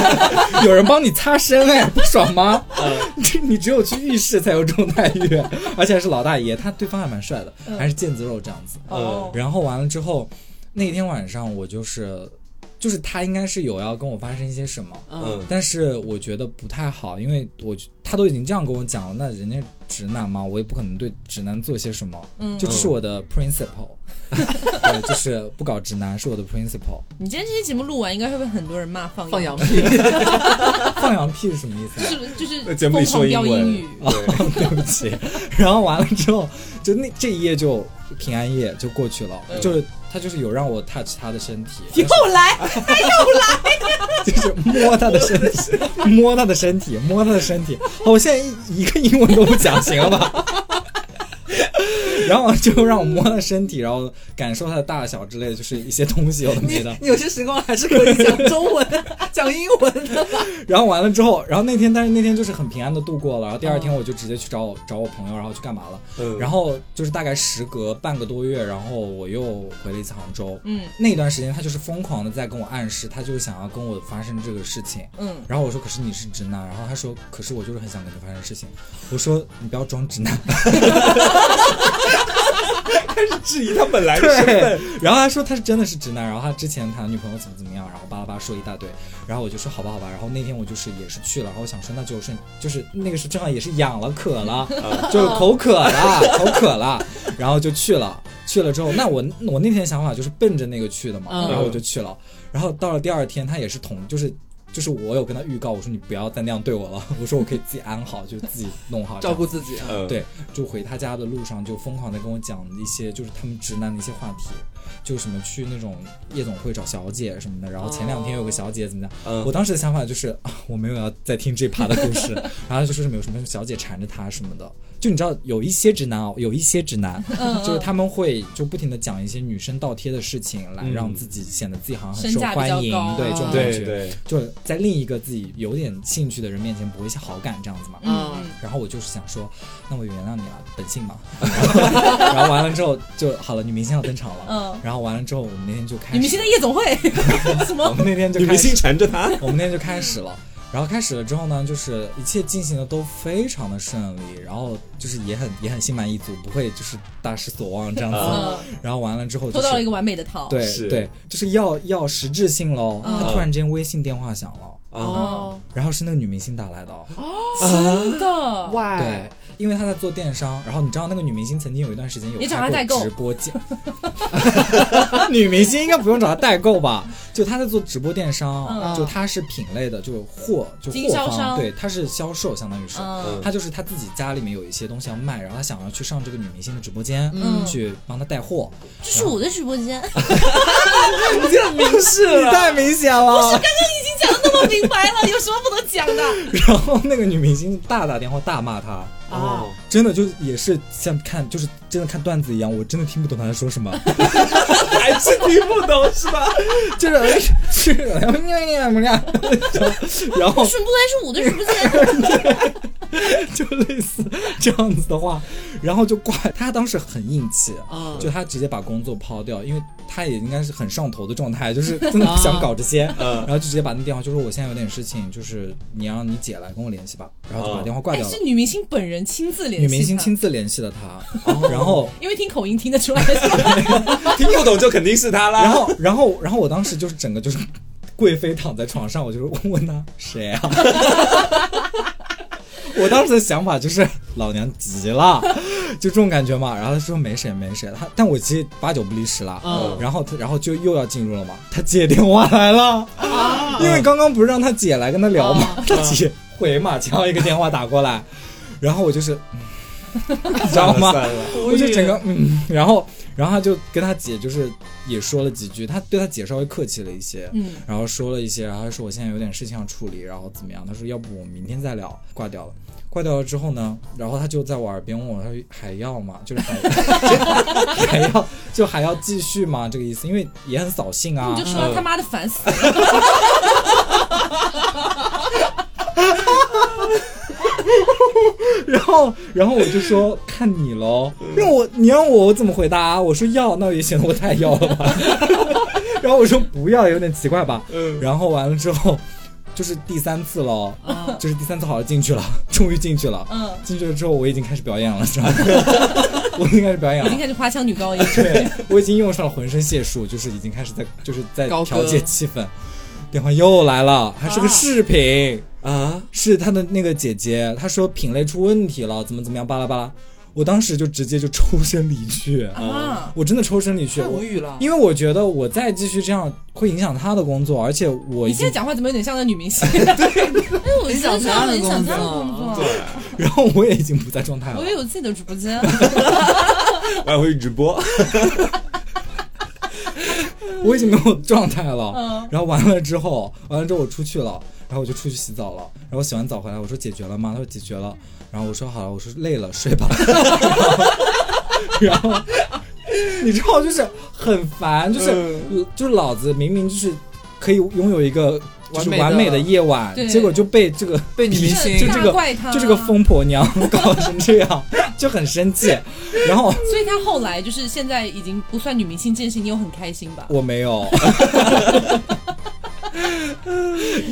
Speaker 4: 有人帮你擦身哎，不爽吗？ 这你只有去浴室才有这种待遇，而且还是老大爷，他对方还蛮帅的，还是腱子肉这样子。
Speaker 1: 哦，
Speaker 4: 然后完了之后，那天晚上我就是就是他应该是有要跟我发生一些什么，
Speaker 3: 嗯，
Speaker 4: 但是我觉得不太好，因为我他都已经这样跟我讲了，那人家直男嘛，我也不可能对直男做些什么，
Speaker 1: 嗯
Speaker 4: 就这是我的 principle，、对，就是不搞直男是我的 principle。
Speaker 1: 你今天这期节目录完，应该会被很多人骂放
Speaker 3: 放
Speaker 1: 羊
Speaker 3: 羊， 屁，
Speaker 4: 放羊屁是什么意思、
Speaker 1: 就
Speaker 4: 啊？
Speaker 1: 是就是
Speaker 2: 在节目
Speaker 1: 疯
Speaker 2: 里说
Speaker 1: 狂
Speaker 2: 英
Speaker 1: 飙
Speaker 2: 文
Speaker 1: 英语，，
Speaker 4: 嗯
Speaker 2: 对，
Speaker 4: 对不起。然后完了之后，就那这一夜就平安夜就过去了，就是他就是有让我 touch 他的身体，
Speaker 1: 又来，
Speaker 4: 就是摸他的身体，摸他的身体，摸他的身体。好，我现在一一个英文都不讲，行了吧？ 然后就让我摸他身体，然后感受他的大小之类的，就是一些东西有的没的。
Speaker 3: 你有些时光还是可以讲中文、 讲英文 的吧？
Speaker 4: 然后完了之后，然后那天，但是那天就是很平安的度过了。然后第二天我就直接去找我找我朋友，然后去干嘛了？
Speaker 2: 嗯
Speaker 4: 然后就是大概时隔半个多月，然后我又回了一次杭州。
Speaker 1: 嗯
Speaker 4: 那段时间他就是疯狂的在跟我暗示，他就是想要跟我发生这个事情。
Speaker 1: 嗯，
Speaker 4: 然后我说：“可是你是直男。”然后他说：“可是我就是很想跟你发生事情。”我说：“你不要装直男。
Speaker 2: 质疑他本来”的身
Speaker 4: 对
Speaker 2: 份，。
Speaker 4: 然后他说他是真的是直男，然后他之前谈的女朋友怎么怎么样，然后巴拉巴拉说一大堆。然后我就说：“好吧，好吧。”然后那天我就是也是去了，然后我想说那就顺，就是那个时候正好也是痒了渴了，就是口渴了， 口渴了，然后就去了。去了之后，那我我那天想法就是奔着那个去的嘛，
Speaker 3: 嗯
Speaker 4: 然后我就去了。然后到了第二天，他也是同就是。就是我有跟他预告，我说你不要再那样对我了，我说我可以自己安好，就自己弄好，
Speaker 3: 照顾自己啊，
Speaker 2: 嗯，
Speaker 4: 对，就回他家的路上就疯狂的跟我讲一些就是他们直男的一些话题，就什么去那种夜总会找小姐什么的，然后前两天有个小姐怎么样，
Speaker 2: 嗯
Speaker 4: 我当时的想法就是啊，我没有要再听这趴的 故事，然后就说什么有什么小姐缠着他什么的。就你知道，有一些直男哦，有一些直男，
Speaker 1: 嗯
Speaker 4: 就是他们会就不停的讲一些女生倒贴的事情，来
Speaker 2: 嗯
Speaker 4: 让自己显得自己好像很
Speaker 1: 身
Speaker 4: 受
Speaker 1: 价比
Speaker 4: 欢
Speaker 1: 较
Speaker 4: 迎
Speaker 1: 高，
Speaker 4: 对
Speaker 1: 啊
Speaker 4: 这种感
Speaker 2: 对
Speaker 4: 觉，
Speaker 2: 对，
Speaker 4: 就在另一个自己有点兴趣的人面前博一些好感这样子嘛。
Speaker 1: 嗯嗯
Speaker 4: 然后我就是想说，那我原谅你了，本性 嘛。然后然后完了之后就好了，女明星要登场了。
Speaker 1: 嗯
Speaker 4: 然后完了之后，我们那天就开始。
Speaker 1: 你们现在夜 总会什
Speaker 4: 我
Speaker 1: 么？
Speaker 4: 们那天就
Speaker 2: 女
Speaker 4: 开
Speaker 2: 明
Speaker 4: 始
Speaker 2: 星，缠着他，
Speaker 4: 我们那天就开始了。然后开始了之后呢，就是一切进行的都非常的顺利，然后就是也很也很心满意足，不会就是大失所望这样子。
Speaker 1: 嗯，
Speaker 4: 然后完了之后就
Speaker 1: 抽到了一
Speaker 4: 是
Speaker 1: 个完美的套，
Speaker 4: 对
Speaker 2: 是
Speaker 4: 对，就是要要实质性喽。
Speaker 1: 嗯
Speaker 4: 他突然间微信电话响了，
Speaker 2: 啊，
Speaker 1: 哦，
Speaker 4: 然后是那个女明星打来的哦。嗯
Speaker 1: 真的，
Speaker 4: 对，，因为她在做电商，然后你知道那个女明星曾经有一段时间有
Speaker 1: 你找
Speaker 4: 开
Speaker 1: 她代
Speaker 4: 过
Speaker 1: 购
Speaker 4: 直播间， 女明星应该不用找她代购吧？就她在做直播电商，
Speaker 1: 嗯
Speaker 4: 就她是品类的，就货就
Speaker 1: 经
Speaker 4: 货
Speaker 1: 销
Speaker 4: 方，
Speaker 1: 商
Speaker 4: 对，她是销售，相当于是。
Speaker 1: 嗯
Speaker 4: 她就是她自己家里面有一些东西要卖，然后她想要去上这个女明星的直播间，
Speaker 1: 嗯
Speaker 4: 去帮她带货。
Speaker 1: 这是我的直播 间，
Speaker 3: 你这明示
Speaker 4: 你
Speaker 1: 啊
Speaker 4: 太明显了。
Speaker 1: 讲的那么明白了，有什么不能讲的？
Speaker 4: 然后那个女明星大打电话大骂她，
Speaker 3: 啊，
Speaker 2: 哦
Speaker 4: 真的就也是像看就是真的看段子一样，我真的听不懂她在说什么。
Speaker 2: 还是听不懂是吧？
Speaker 4: 就是是，然后
Speaker 1: 顺不来是我的直播间，
Speaker 4: 就类似这样子的话，然后就挂。他当时很硬气，
Speaker 3: 啊，
Speaker 4: 就他直接把工作抛掉，因为他也应该是很上头的状态，就是真的不想搞这些，
Speaker 2: 嗯
Speaker 4: 然后就直接把那电话就说我现在有点事情，就是你让你姐来跟我联系吧，然后就把电话挂
Speaker 1: 哎，
Speaker 4: 掉了。
Speaker 1: 是女明星本人亲自联系
Speaker 4: 女
Speaker 1: 他，
Speaker 4: 明星亲自联系了他，然后
Speaker 1: 因为听口音听得出 来是
Speaker 2: 听不懂就肯定是他啦。
Speaker 4: 然后，然后，然后我当时就是整个就是贵妃躺在床上，我就是问她谁啊？ 我当时的想法就是老娘急了，就这种感觉嘛。然后她说没谁没谁，她但我其实八九不离十了。
Speaker 3: 嗯
Speaker 4: 然后她，然后就又要进入了嘛，她姐电话来了， 因为刚刚不是让她姐来跟她聊嘛，她姐回马枪一个电话打过来，然后我就是， 嗯你知道吗？
Speaker 2: 算了
Speaker 4: 我就整个嗯，然后然后他就跟他姐就是也说了几句，他对他姐稍微客气了一些，
Speaker 1: 嗯，
Speaker 4: 然后说了一些，然后他说我现在有点事情要处理，然后怎么样？他说要不我们明天再聊，挂掉了。挂掉了之后呢，然后他就在我耳边问我，他说还要吗？就是还 还要就还要继续吗？这个意思，因为也很扫兴啊
Speaker 1: 你就。说他妈的烦死了，
Speaker 4: 然后然后我就说看你喽，让我你让我我怎么回答、我说要，那也显得我太要了吧。 然后我说不要，有点奇怪吧。
Speaker 2: 嗯，
Speaker 4: 然后完了之后，就是第三次喽，就是第三次好像进去了，终于进去了。
Speaker 1: 嗯
Speaker 4: 进去了之后，我已经开始表演了，知道吗？ 我已经开始表演
Speaker 1: 已经开
Speaker 4: 了。
Speaker 1: 始花腔女高音。
Speaker 4: 对，我已经用上了浑身解数，就是已经开始在就是在
Speaker 3: 高歌
Speaker 4: 调节气氛。电话又来了，还是个
Speaker 1: 啊
Speaker 4: 视频，
Speaker 2: 啊，
Speaker 4: 是他的那个姐姐，她说品类出问题了，怎么怎么样，巴拉巴拉。我当时就直接就抽身离去，
Speaker 1: 啊，
Speaker 4: 我真的抽身离去，
Speaker 3: 太
Speaker 4: 我
Speaker 3: 无语了。
Speaker 4: 因为我觉得我再继续这样会影响他的工作，而且我已
Speaker 1: 你现
Speaker 4: 经
Speaker 1: 在，讲话怎么有点像个女明星？对，哎，我觉得这样很想他的工
Speaker 4: 啊
Speaker 1: 作。
Speaker 4: 然后我也已经不在状态了
Speaker 1: 我。也有自己的直播 间，
Speaker 2: 我还会直播，
Speaker 4: 我已经没有状态了。
Speaker 1: 嗯
Speaker 4: 然后完了之后，完了之后我出去了，然后我就出去洗澡了。然后洗完澡回来，我说解决了吗？他说解决了。然后我说好了，我说累了， 睡吧。然后你知道，就是很烦，就是、
Speaker 3: 嗯
Speaker 4: 就是老子明明就是可以拥有一个就是完
Speaker 3: 完美
Speaker 4: 美
Speaker 3: 的
Speaker 4: 的夜晚，
Speaker 1: 对
Speaker 4: 结果就被这个
Speaker 3: 被女明星
Speaker 4: 就这
Speaker 1: 大
Speaker 4: 个
Speaker 1: 怪他，
Speaker 4: 就这个疯婆娘搞成这样，就很生气。然后
Speaker 1: 所以她后来就是现在已经不算女明星这件事，你有很开心吧？
Speaker 4: 我没有，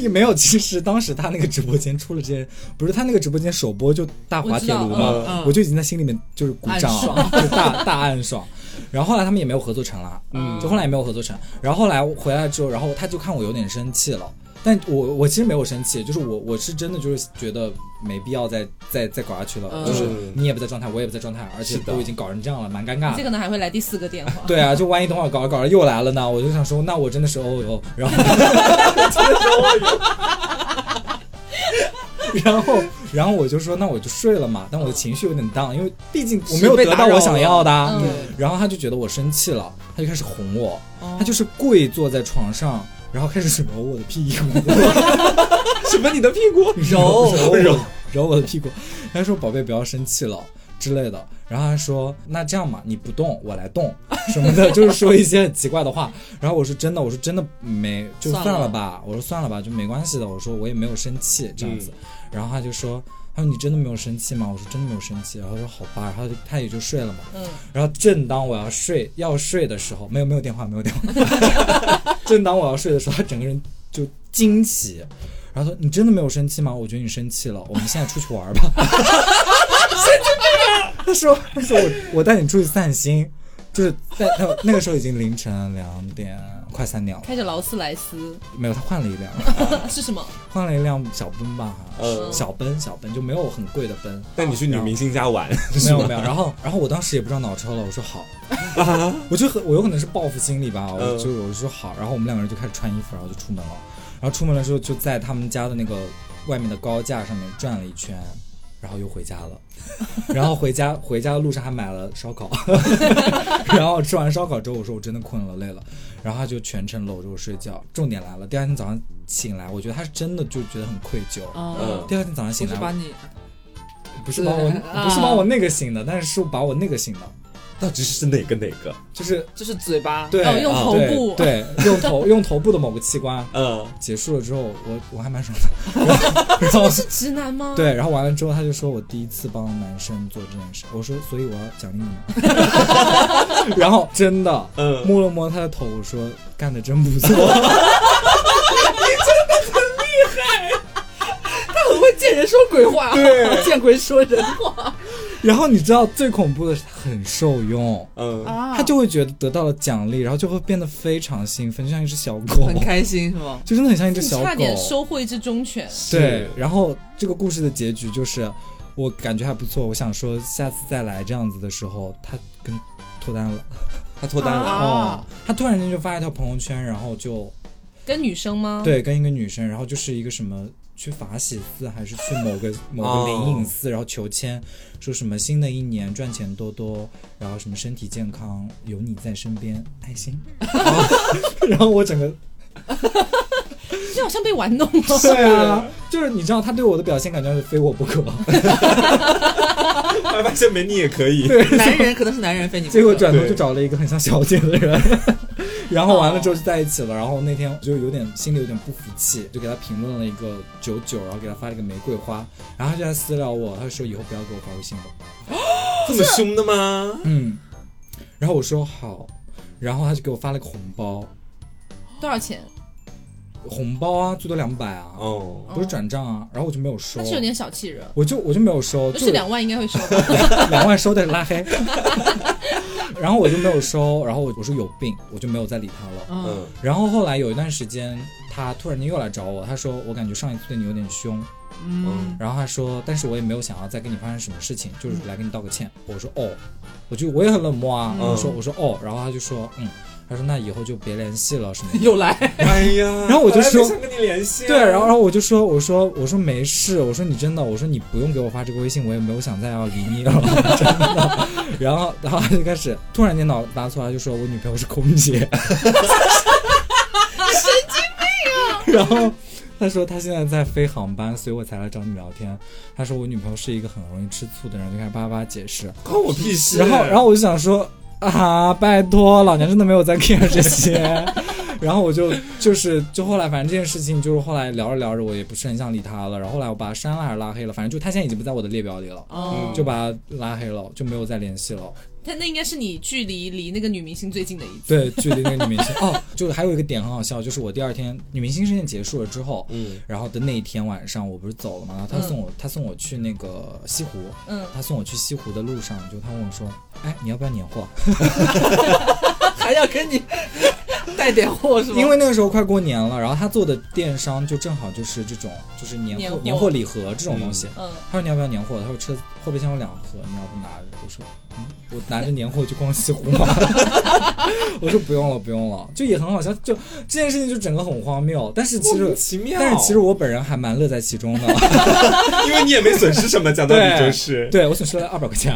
Speaker 4: 也没有。其实当时他那个直播间出了这件，不是他那个直播间首播就大滑铁卢
Speaker 1: 我知道
Speaker 4: 嘛，
Speaker 2: 嗯
Speaker 3: 嗯
Speaker 4: 我就已经在心里面就是鼓掌
Speaker 3: 暗
Speaker 4: 了，就大大暗爽。然后后来他们也没有合作成了，
Speaker 1: 嗯
Speaker 4: 就后来也没有合作成。然后后来我回来之后，然后他就看我有点生气了。但我我其实没有生气，就是我我是真的就是觉得没必要再再再搞下去了，
Speaker 3: 嗯
Speaker 4: 就是你也不在状态，我也不在状态，而且
Speaker 2: 是的
Speaker 4: 都已经搞成这样了，蛮尴尬
Speaker 1: 你
Speaker 4: 的
Speaker 1: 这。可能还会来第四个电话。
Speaker 4: 对啊，就万一等会儿搞着搞着又来了呢，我就想说，那我真的是哦哟，然后，然后，然后我就说，那我就睡了嘛。但我的情绪有点 down，因为毕竟我没有
Speaker 3: 被
Speaker 4: 得
Speaker 3: 打
Speaker 4: 到
Speaker 3: 扰
Speaker 4: 我想要的啊。
Speaker 1: 了嗯
Speaker 4: 然后他就觉得我生气了，他就开始哄我，
Speaker 1: 哦
Speaker 4: 他就是跪坐在床上，然后开始揉我的屁股，
Speaker 2: 什么你的屁股
Speaker 4: 揉 揉
Speaker 2: 揉
Speaker 4: 揉揉我的屁股，他说宝贝不要生气了之类的，然后他说那这样嘛，你不动我来 动什么的，就是说一些很奇怪的话。然后我说真的，我说真的没就
Speaker 3: 算
Speaker 4: 算
Speaker 3: 了
Speaker 4: 了吧，我说算了吧，就没关系的，我说我也没有生气这样子。然后他就说。他说：“你真的没有生气吗？”我说：“真的没有生气。”然后他说：“好吧。”然后他就他也就睡了嘛。
Speaker 1: 嗯，
Speaker 4: 然后正当我要睡要睡的时候，没有没有电话，没有电话。正当我要睡的时候，他整个人就惊奇，然后说：“你真的没有生气吗？我觉得你生气了，我们现在出去玩吧。” 神经病！他说：“他说我我带你出去散心，就是在那那个时候已经凌晨两点快三点了，
Speaker 1: 开着劳斯莱斯
Speaker 4: 没有他换了一辆，啊
Speaker 1: 是什么？
Speaker 4: 换了一辆小奔吧，
Speaker 2: 呃
Speaker 4: 小奔小奔就没有很贵的奔，
Speaker 2: 带你
Speaker 4: 哦
Speaker 2: 去女明星家玩，
Speaker 4: 没有没有，然后然后我当时也不知道脑抽了，我说好， 我就很我有可能是报复心理吧，我
Speaker 2: 嗯
Speaker 4: 就我就说好，然后我们两个人就开始穿衣服，然后就出门了，然后出门的时候就在他们家的那个外面的高架上面转了一圈，然后又回家了， 然后回家回家的路上还买了烧烤， 然后吃完烧烤之后我说我真的困了累了，然后他就全程搂着我睡觉，重点来了，第二天早上醒来，我觉得他是真的就觉得很愧疚，
Speaker 3: 嗯，
Speaker 4: 第二天早上
Speaker 3: 不
Speaker 4: 醒
Speaker 3: 是
Speaker 4: 来
Speaker 3: 把你
Speaker 4: 不是把我
Speaker 3: 对啊
Speaker 4: 不是把我那个醒的， 但是是把我那个醒的，
Speaker 2: 到底是哪个哪个？
Speaker 4: 就是
Speaker 3: 就是嘴巴，
Speaker 4: 对、
Speaker 1: 哦用头
Speaker 4: 对
Speaker 1: 部
Speaker 4: 对用头用头部的某个器官。
Speaker 2: 嗯，
Speaker 4: 结束了之后，我我还蛮爽的。 然后然后
Speaker 1: 是直男吗？，
Speaker 4: 对，然后完了之后，他就说我第一次帮男生做这件事，我说所以我要奖励你们。 然后真的，
Speaker 2: 嗯
Speaker 4: 摸了摸他的头，我说干的真不 错。
Speaker 3: 他很会见人说鬼话， 见鬼说人话
Speaker 4: 然后你知道最恐怖的是很受用。
Speaker 2: 嗯，
Speaker 3: 啊
Speaker 4: 他就会觉得得到了奖励，然后就会变得非常兴奋，就像一只小狗，
Speaker 3: 很开心是吗？
Speaker 4: 就真的很像一只
Speaker 1: 你
Speaker 4: 小狗。
Speaker 1: 差点收获一只忠犬。
Speaker 4: 对，然后这个故事的结局就是，我感觉还不错，我想说下次再来这样子的时候，他跟脱单了
Speaker 2: 他脱单了，
Speaker 3: 啊
Speaker 4: 哦，他突然间就发一条朋友圈，然后就
Speaker 1: 跟女生
Speaker 2: 嗯
Speaker 1: 吗？，
Speaker 4: 对跟一个女生，然后就是一个什么。去法喜寺还是去某个某
Speaker 2: 哦
Speaker 4: 个灵隐寺，然后求签，说什么新的一年赚钱多多，然后什么身体健康，有你在身边，爱心。然后我整个
Speaker 1: 你好像被玩弄了。
Speaker 4: 对啊，就是你知道他对我的表现感觉是非我不可，
Speaker 2: 后来发现没你也可以，
Speaker 3: 男人可能是男人非你不可
Speaker 4: 结果转头就找了一个很像小姐的人， 然后完了之后就在一起了。然后那天我就有点心里有点不服气，就给他评论了一个九九，然后给他发了一个玫瑰花，然后他就在私聊我，他说以后不要给我发微信了。
Speaker 2: 这么凶的吗？
Speaker 4: 嗯，然后我说好，然后他就给我发了个红包，
Speaker 1: 多少钱？
Speaker 4: 红包啊，最多两百啊，
Speaker 2: 哦，
Speaker 4: 不是转账啊，然后我就没有收
Speaker 1: 但，是有点小气人。
Speaker 4: 我就我就没有收，
Speaker 1: 就
Speaker 4: 就是
Speaker 1: 两万应该会收 吧？
Speaker 4: 两万收的是拉黑， 然后我就没有收，然后我我说有病，我就没有再理他了。
Speaker 1: 嗯
Speaker 2: 嗯，
Speaker 4: 然后后来有一段时间，他突然间又来找我，他说我感觉上一次对你有点凶，
Speaker 3: 嗯，
Speaker 4: 然后他说，但是我也没有想要再跟你发生什么事情，就是来跟你道个歉。我说哦，我就我也很冷漠啊，
Speaker 3: 嗯
Speaker 4: 我说我说哦，然后他就说嗯，他说那以后就别联系了什么的。
Speaker 3: 又来，
Speaker 2: 哎呀，
Speaker 4: 然后我就
Speaker 2: 本来没
Speaker 4: 说
Speaker 2: 想跟你联系啊，
Speaker 4: 对，然后然后我就说，我说我说没事，我说你真的，我说你不用给我发这个微信，我也没有想再要理你了，真的。然后然后他就开始突然间脑子搭错，他就说我女朋友是空姐， 神经病啊！然后。他说他现在在飞航班，所以我才来找你聊天。他说我女朋友是一个很容易吃醋的人，就开始叭叭叭解释。
Speaker 2: 关我屁事。
Speaker 4: 然后，然后我就想说啊，拜托，老娘真的没有在 care 这些。 然后我就就是就后来，反正这件事情就是后来聊着聊着，我也不是很想理他了。然后后来我把他删了还是拉黑了，反正就他现在已经不在我的列表里了，
Speaker 2: 嗯
Speaker 3: 哦
Speaker 4: 就把他拉黑了，就没有再联系了。
Speaker 1: 但嗯那应该是你距离离那个女明星最近的一次。
Speaker 4: 对，距离那个女明星哦，就是还有一个点很好笑，就是我第二天女明星事件结束了之后，
Speaker 2: 嗯，
Speaker 4: 然后的那一天晚上我不是走了嘛，他送我、他送我去那个西湖，
Speaker 1: 嗯，
Speaker 4: 他送我去西湖的路上，就他问我说，哎，你要不要年货？
Speaker 3: 还要跟 你带点货是吗？
Speaker 4: 因为那个时候快过年了，然后他做的电商就正好就是这种，就是年
Speaker 1: 年
Speaker 4: 货
Speaker 1: 货
Speaker 4: 年货礼盒这种东西。
Speaker 1: 嗯，
Speaker 4: 他说你要不要年货？他说车后备箱有两盒，你要不拿着？我说，嗯，我拿着年货去逛西湖吗？ 我说不用了，不用了，就也很好笑，就这件事情就整个很荒谬，但是其
Speaker 2: 莫
Speaker 4: 实
Speaker 2: 名。其妙。
Speaker 4: 但是 其实我本人还蛮乐在其中的，
Speaker 2: 因为你也没损失什么，讲道理就是。
Speaker 4: 对我损失了二百块钱，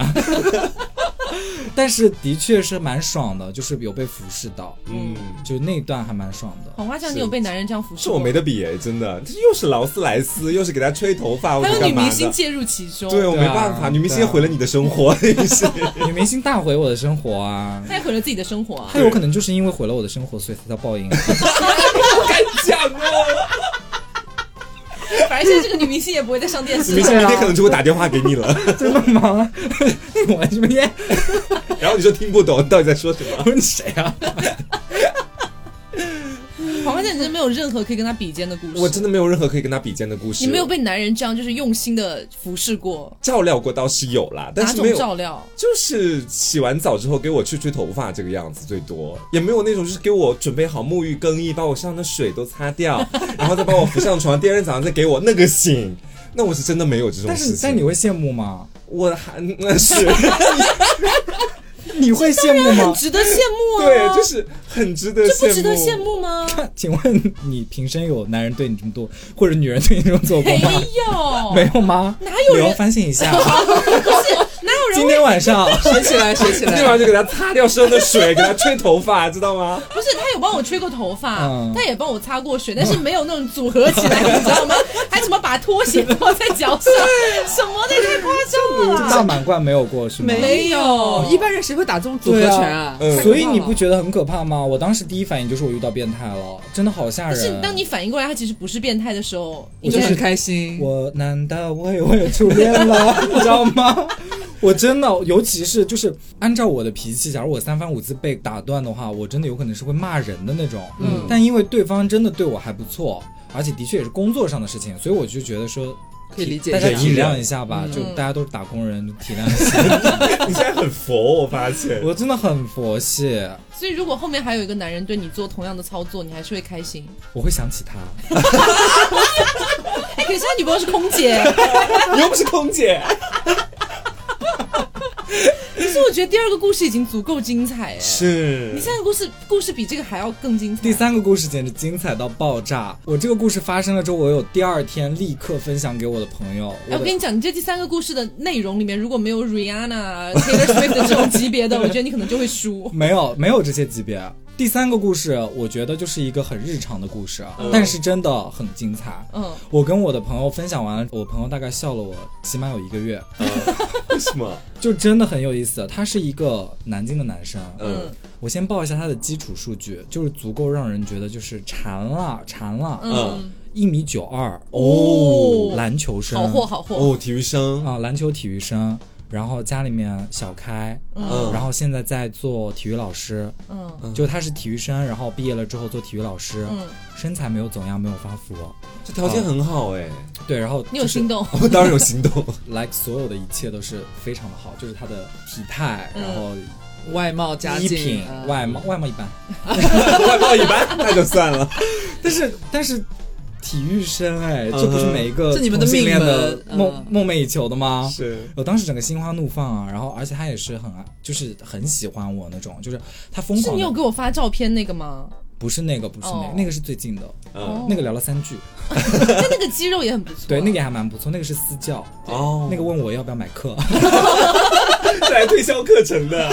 Speaker 4: 但是的确是蛮爽的，就是有被服侍到，
Speaker 2: 嗯，
Speaker 4: 就那一段还蛮爽的。
Speaker 1: 黄花酱，你有被男人这样服侍？
Speaker 2: 是我没。得比哎，真的，这又是劳斯莱斯，又是给他吹头发，又
Speaker 1: 还
Speaker 2: 是
Speaker 1: 有
Speaker 2: 干
Speaker 1: 女
Speaker 2: 嘛
Speaker 1: 明星
Speaker 2: 的？
Speaker 1: 介入其中，
Speaker 2: 对我没
Speaker 4: 对啊
Speaker 2: 办法，女明星
Speaker 4: 对啊
Speaker 2: 毁了你的生 活，也是。
Speaker 4: 女明星大毁我的生活啊！
Speaker 1: 太毁了自己的生活 啊
Speaker 4: 他！有可能就是因为毁了我的生活，所以才叫报应。
Speaker 1: 反正现在这个女明星也不会再上电视
Speaker 2: 明星
Speaker 1: 了。
Speaker 2: 明天可能就会打电话给你了，
Speaker 4: 真的吗？你玩什么耶？
Speaker 2: 然后你就听不懂到底在说什么
Speaker 4: 我。说你谁啊？
Speaker 1: 黄花酱，你真的没有任何可以跟她比肩的故事。
Speaker 2: 我真的没有任何可以跟他比肩的故事。
Speaker 1: 你没有被男人这样就是用心的服侍过，
Speaker 2: 照料过，倒是有啦，但
Speaker 1: 哪
Speaker 2: 是没
Speaker 1: 种
Speaker 2: 有。啊
Speaker 1: 照料？
Speaker 2: 就是洗完澡之后给我吹吹头发这个样子最多，也没有那种就是给我准备好沐浴更衣，把我身上的水都擦 掉，然后再把我扶上床，第二天早上再给我那个醒。那我是真的没有这种
Speaker 4: 但
Speaker 2: 事
Speaker 4: 是
Speaker 2: 情。
Speaker 4: 但你会羡慕吗？
Speaker 2: 我 还那是
Speaker 4: 你会羡慕吗？
Speaker 1: 值得羡慕啊！
Speaker 2: 对，就是很值得
Speaker 1: 这
Speaker 2: 羡
Speaker 1: 不
Speaker 2: 慕。
Speaker 1: 值得羡慕吗？
Speaker 4: 请问你平生有男人对你这么多，或者女人对你这么做过
Speaker 1: 没
Speaker 4: 吗？
Speaker 1: 有，
Speaker 4: 没有吗？
Speaker 1: 哪有哎人
Speaker 4: 你要反省一下。
Speaker 1: 不是哪有人
Speaker 4: 今
Speaker 1: 会
Speaker 4: 天晚上，啊
Speaker 3: 学起 来，学起
Speaker 2: 那
Speaker 3: 来
Speaker 2: 天晚，上就给他擦掉身上的水，给他吹头发，知道吗？
Speaker 1: 不是，他有帮我吹过头发，
Speaker 4: 嗯
Speaker 1: 他也帮我擦过水，但是没有那种组合起来，你知道吗？还什么把拖鞋放在脚上，什么的太夸张了
Speaker 4: 大
Speaker 1: 啦。
Speaker 4: 满贯没有过是吗？
Speaker 1: 没有
Speaker 3: 一般人谁会打这种组合
Speaker 4: 对啊
Speaker 3: 拳啊？
Speaker 2: 嗯
Speaker 4: 所以你不觉得很可怕吗？我当时第一反应就是我遇到变态了，真的好吓
Speaker 1: 但
Speaker 4: 人。
Speaker 1: 是当你反应过来他其实不是变态的时候，
Speaker 3: 你
Speaker 1: 你
Speaker 3: 就
Speaker 1: 就
Speaker 3: 很
Speaker 1: 是
Speaker 3: 开心。
Speaker 4: 我难道我有我有初恋了？你知道吗？我真的，尤其是就是按照我的脾气，假如我三番五次被打断的话，我真的有可能是会骂人的那种。
Speaker 1: 嗯
Speaker 4: 但因为对方真的对我还不错，而且的确也是工作上的事情，所以我就觉得说。
Speaker 3: 可以理解
Speaker 4: 大家
Speaker 2: 忍一
Speaker 4: 体
Speaker 2: 忍
Speaker 4: 谅一下吧，就大家都是打工人，就体谅一下。
Speaker 2: 你现在很佛，我发现。
Speaker 4: 我真的很佛系，
Speaker 1: 所以如果后面还有一个男人对你做同样的操作，你还是会开心。
Speaker 4: 我会想起他。
Speaker 1: 哎，可是他女朋友是空 姐，
Speaker 2: 你又不是空姐，
Speaker 1: 可是我觉得第二个故事已经足够精彩哎。
Speaker 2: 是
Speaker 1: 你现在的故事故事比这个还要更精彩。
Speaker 4: 第三个故事简直精彩到爆炸！我这个故事发生了之后，我有第二天立刻分享给我的朋友。
Speaker 1: 哎，
Speaker 4: 我
Speaker 1: 我
Speaker 4: 的
Speaker 1: 跟你讲，你这第三个故事的内容里面，如果没有 Rihanna、Taylor Swift 这种级别的，我觉得你可能就会输。
Speaker 4: 没有没有这些级别。第三个故事，我觉得就是一个很日常的故事，啊
Speaker 2: 嗯
Speaker 4: 但是真的很精彩。
Speaker 1: 嗯，
Speaker 4: 我跟我的朋友分享完了，我朋友大概笑了我起码有一个月，
Speaker 2: 为什么？
Speaker 4: 就真的很有意思。他是一个南京的男生，
Speaker 2: 嗯
Speaker 4: 我先报一下他的基础数据，就是足够让人觉得就是馋了馋了，
Speaker 2: 嗯
Speaker 1: 嗯，
Speaker 4: 一米九二
Speaker 1: 哦
Speaker 4: 篮球生，
Speaker 1: 好货好货，
Speaker 2: 哦，体育生
Speaker 4: 啊，篮球体育生。然后家里面小开，
Speaker 2: 嗯
Speaker 4: 然后现在在做体育老师，
Speaker 1: 嗯
Speaker 2: 嗯
Speaker 4: 就他是体育生，然后毕业了之后做体育老师，
Speaker 1: 嗯，
Speaker 4: 身材没有走样，没有发福，
Speaker 2: 这条件很好哎，
Speaker 4: 对，然后
Speaker 1: 你有心动？
Speaker 2: 我当然有心 动。
Speaker 4: ，like 所有的一切都是非常的好，就是他的体态，
Speaker 1: 嗯
Speaker 4: 然后
Speaker 3: 外貌家
Speaker 4: 衣
Speaker 3: 境
Speaker 4: 品、
Speaker 3: 啊
Speaker 4: 外貌外貌一般，
Speaker 2: 外貌一般，那就算了。
Speaker 4: 但是但是体育生哎，
Speaker 2: 嗯哼
Speaker 4: 这不是每一个
Speaker 3: 这你们的
Speaker 4: 同性恋的
Speaker 3: 命门
Speaker 4: 梦
Speaker 3: 嗯
Speaker 4: 梦寐以求的吗？
Speaker 2: 是，
Speaker 4: 我当时整个心花怒放啊，然后而且他也是很爱，就是很喜欢我那种，就是他疯
Speaker 1: 是
Speaker 4: 狂
Speaker 1: 你有
Speaker 4: 的，
Speaker 1: 给我发照片那个吗？
Speaker 4: 不是那个不是那个
Speaker 1: 哦，
Speaker 4: 那个是最近的，
Speaker 1: 哦
Speaker 2: 嗯，
Speaker 4: 呃那个聊了三句，
Speaker 1: 但那个肌肉也很不错。
Speaker 4: 对，那个也还蛮不错，那个是私教，
Speaker 2: 哦
Speaker 4: 那个问我要不要买课，
Speaker 2: 是来推销课程的，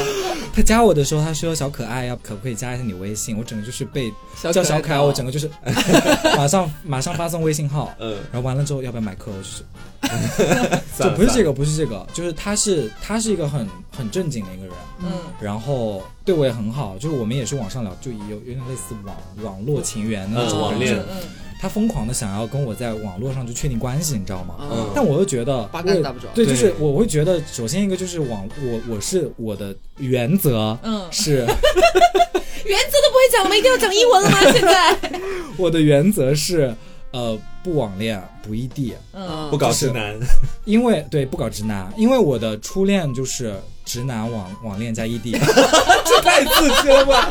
Speaker 4: 他加我的时候他说小可爱要可不可以加一下你微信，我整个就是被
Speaker 3: 小
Speaker 4: 叫小可
Speaker 2: 哦
Speaker 4: 爱，我整
Speaker 3: 个
Speaker 4: 个就是 马上马上发送微信号，
Speaker 2: 嗯，
Speaker 4: 然后完了之后要不要买课，我就是
Speaker 2: 算
Speaker 4: 就
Speaker 2: 了
Speaker 4: 不是嗯这
Speaker 2: 算了
Speaker 4: 个不是这个，就是他是他是一个很很正经的一个人，
Speaker 1: 嗯
Speaker 4: 然后对我也很好，就是我们也是网上聊，就有有点类似网网络情缘的那种
Speaker 2: 嗯网
Speaker 4: 感
Speaker 2: 恋
Speaker 4: 觉
Speaker 1: 嗯。嗯
Speaker 4: 他疯狂的想要跟我在网络上就确定关系，你知道吗？
Speaker 2: 嗯
Speaker 4: 但我又觉得
Speaker 3: 八
Speaker 4: 我
Speaker 3: 竿
Speaker 4: 也
Speaker 3: 子打不着
Speaker 4: 对，
Speaker 2: 对
Speaker 4: 就是我会觉得，首先一个就是网我我是我的原则
Speaker 1: 嗯，
Speaker 4: 是
Speaker 1: 原则都不会讲了吗？一定要讲英文了吗？现 在？
Speaker 4: 我的原则是呃不网恋不异地，
Speaker 1: 嗯
Speaker 2: 不搞直男，
Speaker 4: 因为对不搞直男，因为我的初恋就是直男网网恋加异地，
Speaker 2: 这太刺激了 吧？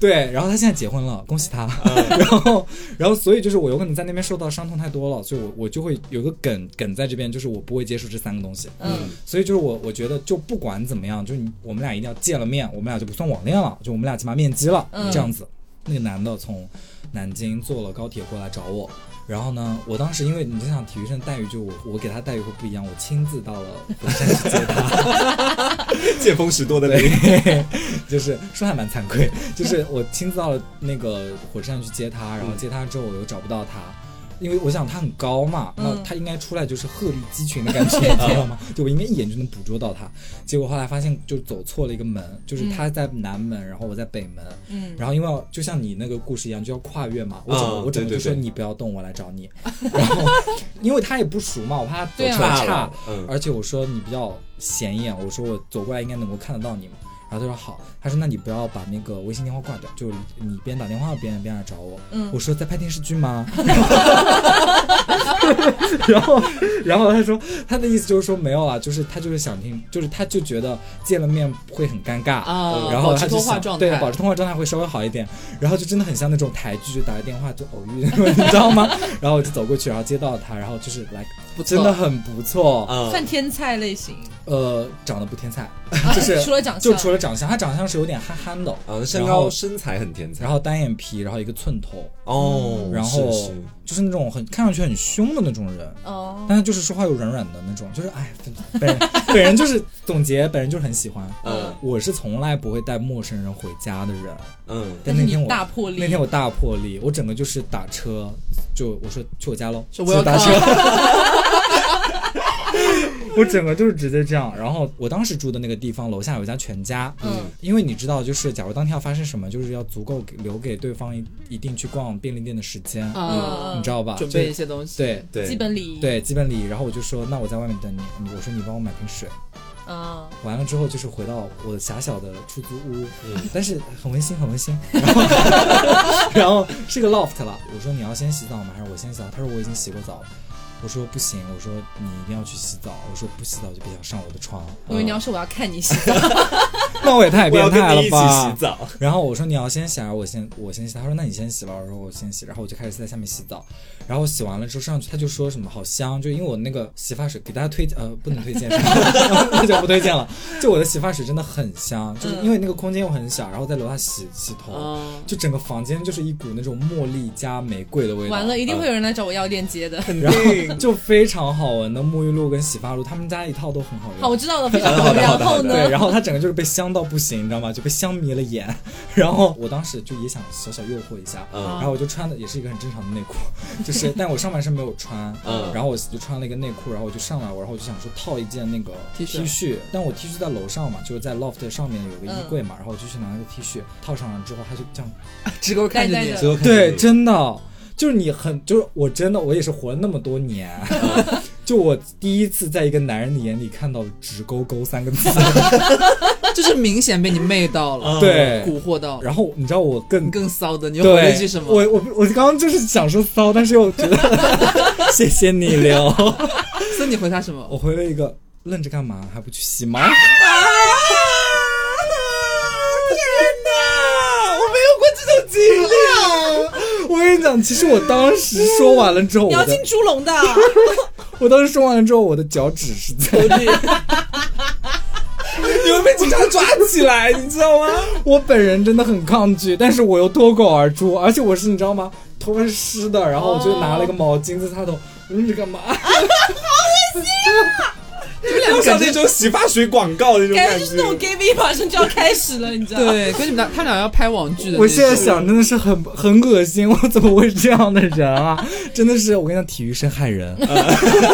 Speaker 4: 对，然后他现在结婚了，恭喜他。 然后，然后所以就是我有可能在那边受到伤痛太多了，所以我我就会有个梗梗在这边，就是我不会接受这三个东西。
Speaker 1: 嗯
Speaker 4: 所以就是我我觉得就不管怎么样，就你我们俩一定要见了面，我们俩就不算网恋了，就我们俩起码面基了、
Speaker 1: 嗯
Speaker 4: 这样子。那个男的从南京坐了高铁过来找我。然后呢，我当时因为你就想体育生待遇，就我我给他待遇会不一样，我亲自到了佛山去接他，
Speaker 2: 见风使舵的你，
Speaker 4: 对， 就是说还蛮惭愧，就是我亲自到了那个火车站去接他，然后接他之后我又找不到他。因为我想他很高嘛，
Speaker 1: 嗯
Speaker 4: 那他应该出来就是鹤立鸡群的 感觉，你知道吗？就我应该一眼就能捕捉到他。结果后来发现就走错了一个门，就是他在南门，然后我在北门。
Speaker 1: 嗯，
Speaker 4: 然后因为我就像你那个故事一样，就要跨越嘛。我整个、
Speaker 2: 嗯
Speaker 4: 我整个
Speaker 2: 对
Speaker 4: 就
Speaker 2: 对
Speaker 4: 说
Speaker 2: 对
Speaker 4: 你不要动，我来找你。 然后因为他也不熟嘛，我怕他走
Speaker 1: 对啊
Speaker 4: 错岔。
Speaker 2: 了，嗯，
Speaker 4: 而且我说你比较显眼，我说我走过来应该能够看得到你嘛。然后他说好，他说那你不要把那个微信电话挂掉，就你边打电话边边来找我。
Speaker 1: 嗯
Speaker 4: 我说在拍电视剧吗？ 然后，然后他说他的意思就是说没有啊，就是他就是想听，就是他就觉得见了面会很尴尬
Speaker 3: 啊
Speaker 4: 然后
Speaker 3: 保持
Speaker 4: 他就
Speaker 3: 通话
Speaker 4: 想
Speaker 3: 状态
Speaker 4: 对保持通话状态会稍微好一点，然后就真的很像那种台剧，就打个电话就偶遇，你知道吗？然后我就走过去，然后接到他，然后就是来，
Speaker 3: 不错
Speaker 4: 真的很不错，
Speaker 2: 嗯
Speaker 1: 算天菜类型，
Speaker 4: 呃，长得不天才， 就是
Speaker 1: 除了长相，
Speaker 4: 就除了长相，他长相是有点憨憨的，
Speaker 2: 嗯，身
Speaker 4: 然
Speaker 2: 高
Speaker 4: 后
Speaker 2: 身材很天才
Speaker 4: 然后单眼皮，然后一个寸头，
Speaker 2: 哦，
Speaker 4: 然后
Speaker 2: 是是
Speaker 4: 就是那种很看上去很凶的那种人，
Speaker 1: 哦，
Speaker 4: 但他就是说话又软软的那种，就是哎，本本人 本人就是总结，本人就是很喜欢。
Speaker 2: 嗯
Speaker 4: 呃我是从来不会带陌生人回家的人，
Speaker 2: 嗯，
Speaker 1: 但
Speaker 4: 但
Speaker 1: 是
Speaker 4: 那
Speaker 1: 你
Speaker 4: 天我
Speaker 1: 大魄力，
Speaker 4: 那天我大破例，我整个就是打车，就我说去我家喽，
Speaker 3: 说我要
Speaker 4: 打
Speaker 3: 看
Speaker 4: 车。 我整个就是直接这样，然后我当时住的那个地方楼下有一家全家，
Speaker 1: 嗯
Speaker 4: 因为你知道，就是假如当天要发生什么，就是要足够给留给对方一一定去逛便利店的时间，
Speaker 1: 嗯
Speaker 3: 啊，
Speaker 4: 你知道吧？
Speaker 3: 准备
Speaker 4: 就
Speaker 3: 一些东西，，
Speaker 4: 对
Speaker 2: 对，
Speaker 1: 基本礼仪，
Speaker 4: 对基本礼仪。然后我就说，那我在外面等你，嗯我说你帮我买瓶水。
Speaker 1: 啊，
Speaker 4: 完了之后就是回到我狭小的出租屋，
Speaker 2: 嗯
Speaker 4: 但是很温馨，很温 馨。然后， 然后是个 loft 了。我说你要先洗澡吗？还是我先洗澡？他说我已经洗过澡了。我说不行，我说你一定要去洗澡。我说不洗澡就别想上我的 床。
Speaker 1: 我以为你要说我要看你洗澡，
Speaker 4: 那我也太
Speaker 2: 我要
Speaker 4: 变
Speaker 2: 跟
Speaker 4: 态
Speaker 2: 你
Speaker 4: 了
Speaker 2: 一
Speaker 4: 吧！
Speaker 2: 起洗澡，
Speaker 4: 然后我说你要先洗，还啊是我先我先洗？他说那你先洗吧。我说我先洗，然后我就开始在下面洗澡。然后洗完了之后上去，他就说什么好香，就因为我那个洗发水给大家推荐，呃，不能推荐， 那就不推荐了。就我的洗发水真的很香，就是因为那个空间又很小，然后在楼下洗洗头，
Speaker 3: 嗯，
Speaker 4: 就整个房间就是一股那种茉莉加玫瑰的味道。
Speaker 1: 完了，一定会有人来找我要链接的。
Speaker 2: 肯
Speaker 4: 然后
Speaker 2: 定
Speaker 4: 就非常好闻的沐浴露跟洗发露，他们家一套都很好用。
Speaker 1: 好，我知道了，非常好。然后呢？
Speaker 4: 对，然后他整个就是被香到不行，你知道吗？就被香迷了眼。然后我当时就也想小小诱惑一下，
Speaker 2: 嗯
Speaker 4: 然后我就穿的也是一个很正常的内裤，就是 但我上半身没有穿，
Speaker 2: 嗯
Speaker 4: 然后我就穿了一个内裤，然后我就上来，我然后我就想说套一件那个
Speaker 3: T 恤
Speaker 4: T 恤，但我 T 恤在楼上嘛，就是在 loft 上面有个衣柜嘛，然后我就去拿那个 T 恤套上了之后，他就这样，
Speaker 3: 直勾看着
Speaker 1: 呆呆
Speaker 3: 你
Speaker 1: 的，
Speaker 2: 只有看
Speaker 4: 对，
Speaker 2: 你
Speaker 4: 真的。就是你很，就是我真的，我也是活了那么多年， 就我第一次在一个男人的眼里看到了“直勾勾”三个字，
Speaker 3: 就是明显被你媚到
Speaker 2: 嗯
Speaker 3: 了，
Speaker 4: 嗯对。
Speaker 3: 蛊惑到了。
Speaker 4: 然后你知道我更
Speaker 3: 你更骚的，你又回了一句
Speaker 4: 对
Speaker 3: 什，么？
Speaker 4: 我我我刚刚就是想说骚，但是 又觉得谢谢你刘，
Speaker 3: 所以你回他什么？
Speaker 4: 我回了一个愣着干嘛还不去洗
Speaker 2: 啊
Speaker 4: 吗？
Speaker 2: 哪，我没有过这种经历。
Speaker 4: 我跟你讲，其实我当时说完了之后，
Speaker 1: 你
Speaker 4: 我
Speaker 1: 要
Speaker 4: 的
Speaker 1: 进猪笼的，
Speaker 4: 我当时说完了之后，我的脚趾是在，
Speaker 2: 你会被警察抓起来，你知道吗？
Speaker 4: 我本人真的很抗拒，但是我又脱口而出，而且我是你知道吗？头发是湿的，然后我就拿了一个毛巾在擦头，我愣着干嘛？
Speaker 2: 就 像那种洗发水广告的那种
Speaker 1: 感觉
Speaker 2: 感
Speaker 1: 就是那种
Speaker 2: 觉。
Speaker 1: gay 蜜马上就要开始了，你知道吗？
Speaker 3: 对，跟你们俩他俩要拍网剧的那种。
Speaker 4: 我现在想真的是很很恶心，我怎么会这样的人啊？真的是我跟你讲，体育生害人。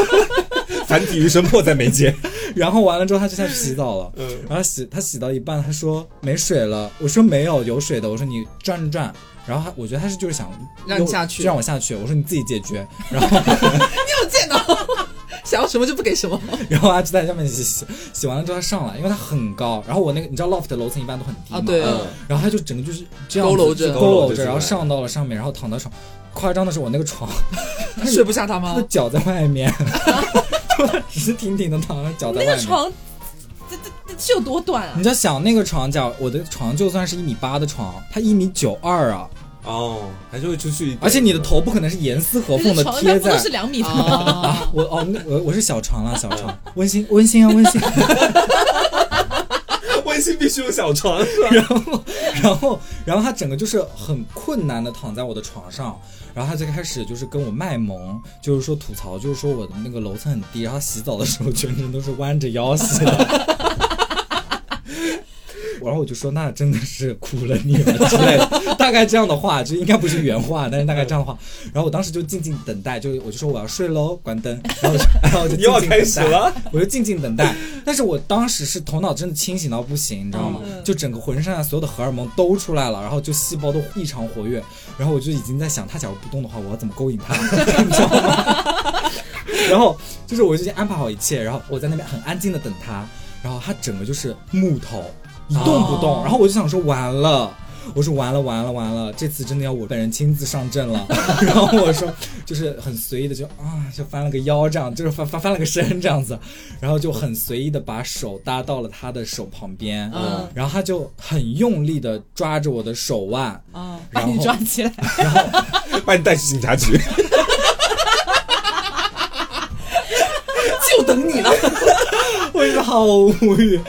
Speaker 2: 反体育生迫在眉睫。
Speaker 4: 然后完了之后，他就下去洗澡了。
Speaker 2: 嗯
Speaker 4: 然后洗他洗到一半，他说没水了。我说没有，有水的。我说你转转转。然后他，我觉得他是就是想
Speaker 3: 让你下去
Speaker 4: 就让我下去。我说你自己解决。 然后，
Speaker 3: 又见到， 想要什么就不给什么。
Speaker 4: 然后他就在下面洗洗洗完了之后，他上来，因为他很高。然后我那个你知道 loft 的楼层一般都很低嘛，
Speaker 3: 啊对
Speaker 2: 嗯
Speaker 4: 然后他就整个就是这样
Speaker 3: 佝偻
Speaker 4: 子
Speaker 3: 着
Speaker 4: 佝偻
Speaker 2: 佝偻着
Speaker 4: 着，然后
Speaker 2: 进来
Speaker 4: 上到了上面，然后躺到床。夸张的是，我那个床，
Speaker 3: 啊睡不下他
Speaker 4: 他
Speaker 3: 吗啊
Speaker 4: 的？脚在 外面，就他直挺挺的躺着，脚在
Speaker 1: 那
Speaker 4: 外面。
Speaker 1: 个床，这这这是有多短啊
Speaker 4: 你？就想那个床脚，我的床就算是一米八的床，它一米九二啊，
Speaker 2: 哦，还是会出去一点，
Speaker 4: 而且你的头不可能是严丝合缝
Speaker 1: 那
Speaker 4: 的
Speaker 1: 个床它
Speaker 4: 贴
Speaker 1: 不都
Speaker 4: 在
Speaker 1: 是两米的吗？
Speaker 3: 啊，
Speaker 4: 啊，我哦，那我我是小床啦，小床，温馨温馨啊温馨。
Speaker 2: 温馨必须有小床，是 吧？
Speaker 4: 然后然后然后他整个就是很困难的躺在我的床上，然后他就开始就是跟我卖萌，就是说吐槽，就是说我的那个楼层很低，然后他洗澡的时候全程都是弯着腰洗的。然后我就说，那真的是苦了你了之类的，大概这样的话，就应该不是原话，但是大概这样的话。然后我当时就静静等待，就我就说我要睡喽，关灯。然后我就然后我 就
Speaker 2: 你又要
Speaker 4: 静静等
Speaker 2: 开始
Speaker 4: 待
Speaker 2: 了，
Speaker 4: 我就静静等待。但是我当时是头脑真的清醒到不行，你知道吗？就整个浑身啊，所有的荷尔蒙都出来了，然后就细胞都异常活跃，然后我就已经在想，他假如不动的话，我要怎么勾引他，你知道吗？然后就是我就已经安排好一切，然后我在那边很安静的等他，然后他整个就是木头，一动不
Speaker 1: 哦
Speaker 4: 动，然后我就想说完了。我说完了完了完了，这次真的要我本人亲自上阵了。 然后我说，就是很随意的就啊，就翻了个腰这样，就是翻翻翻了个身这样子，然后就很随意的把手搭到了他的手旁边，
Speaker 1: 嗯
Speaker 4: 然后他就很用力的抓着我的手腕，
Speaker 3: 啊，
Speaker 1: 把
Speaker 4: 然后
Speaker 1: 哦 你抓起 来，
Speaker 2: 把你带去警察局。
Speaker 3: 就等你了。
Speaker 4: 我真的好无语。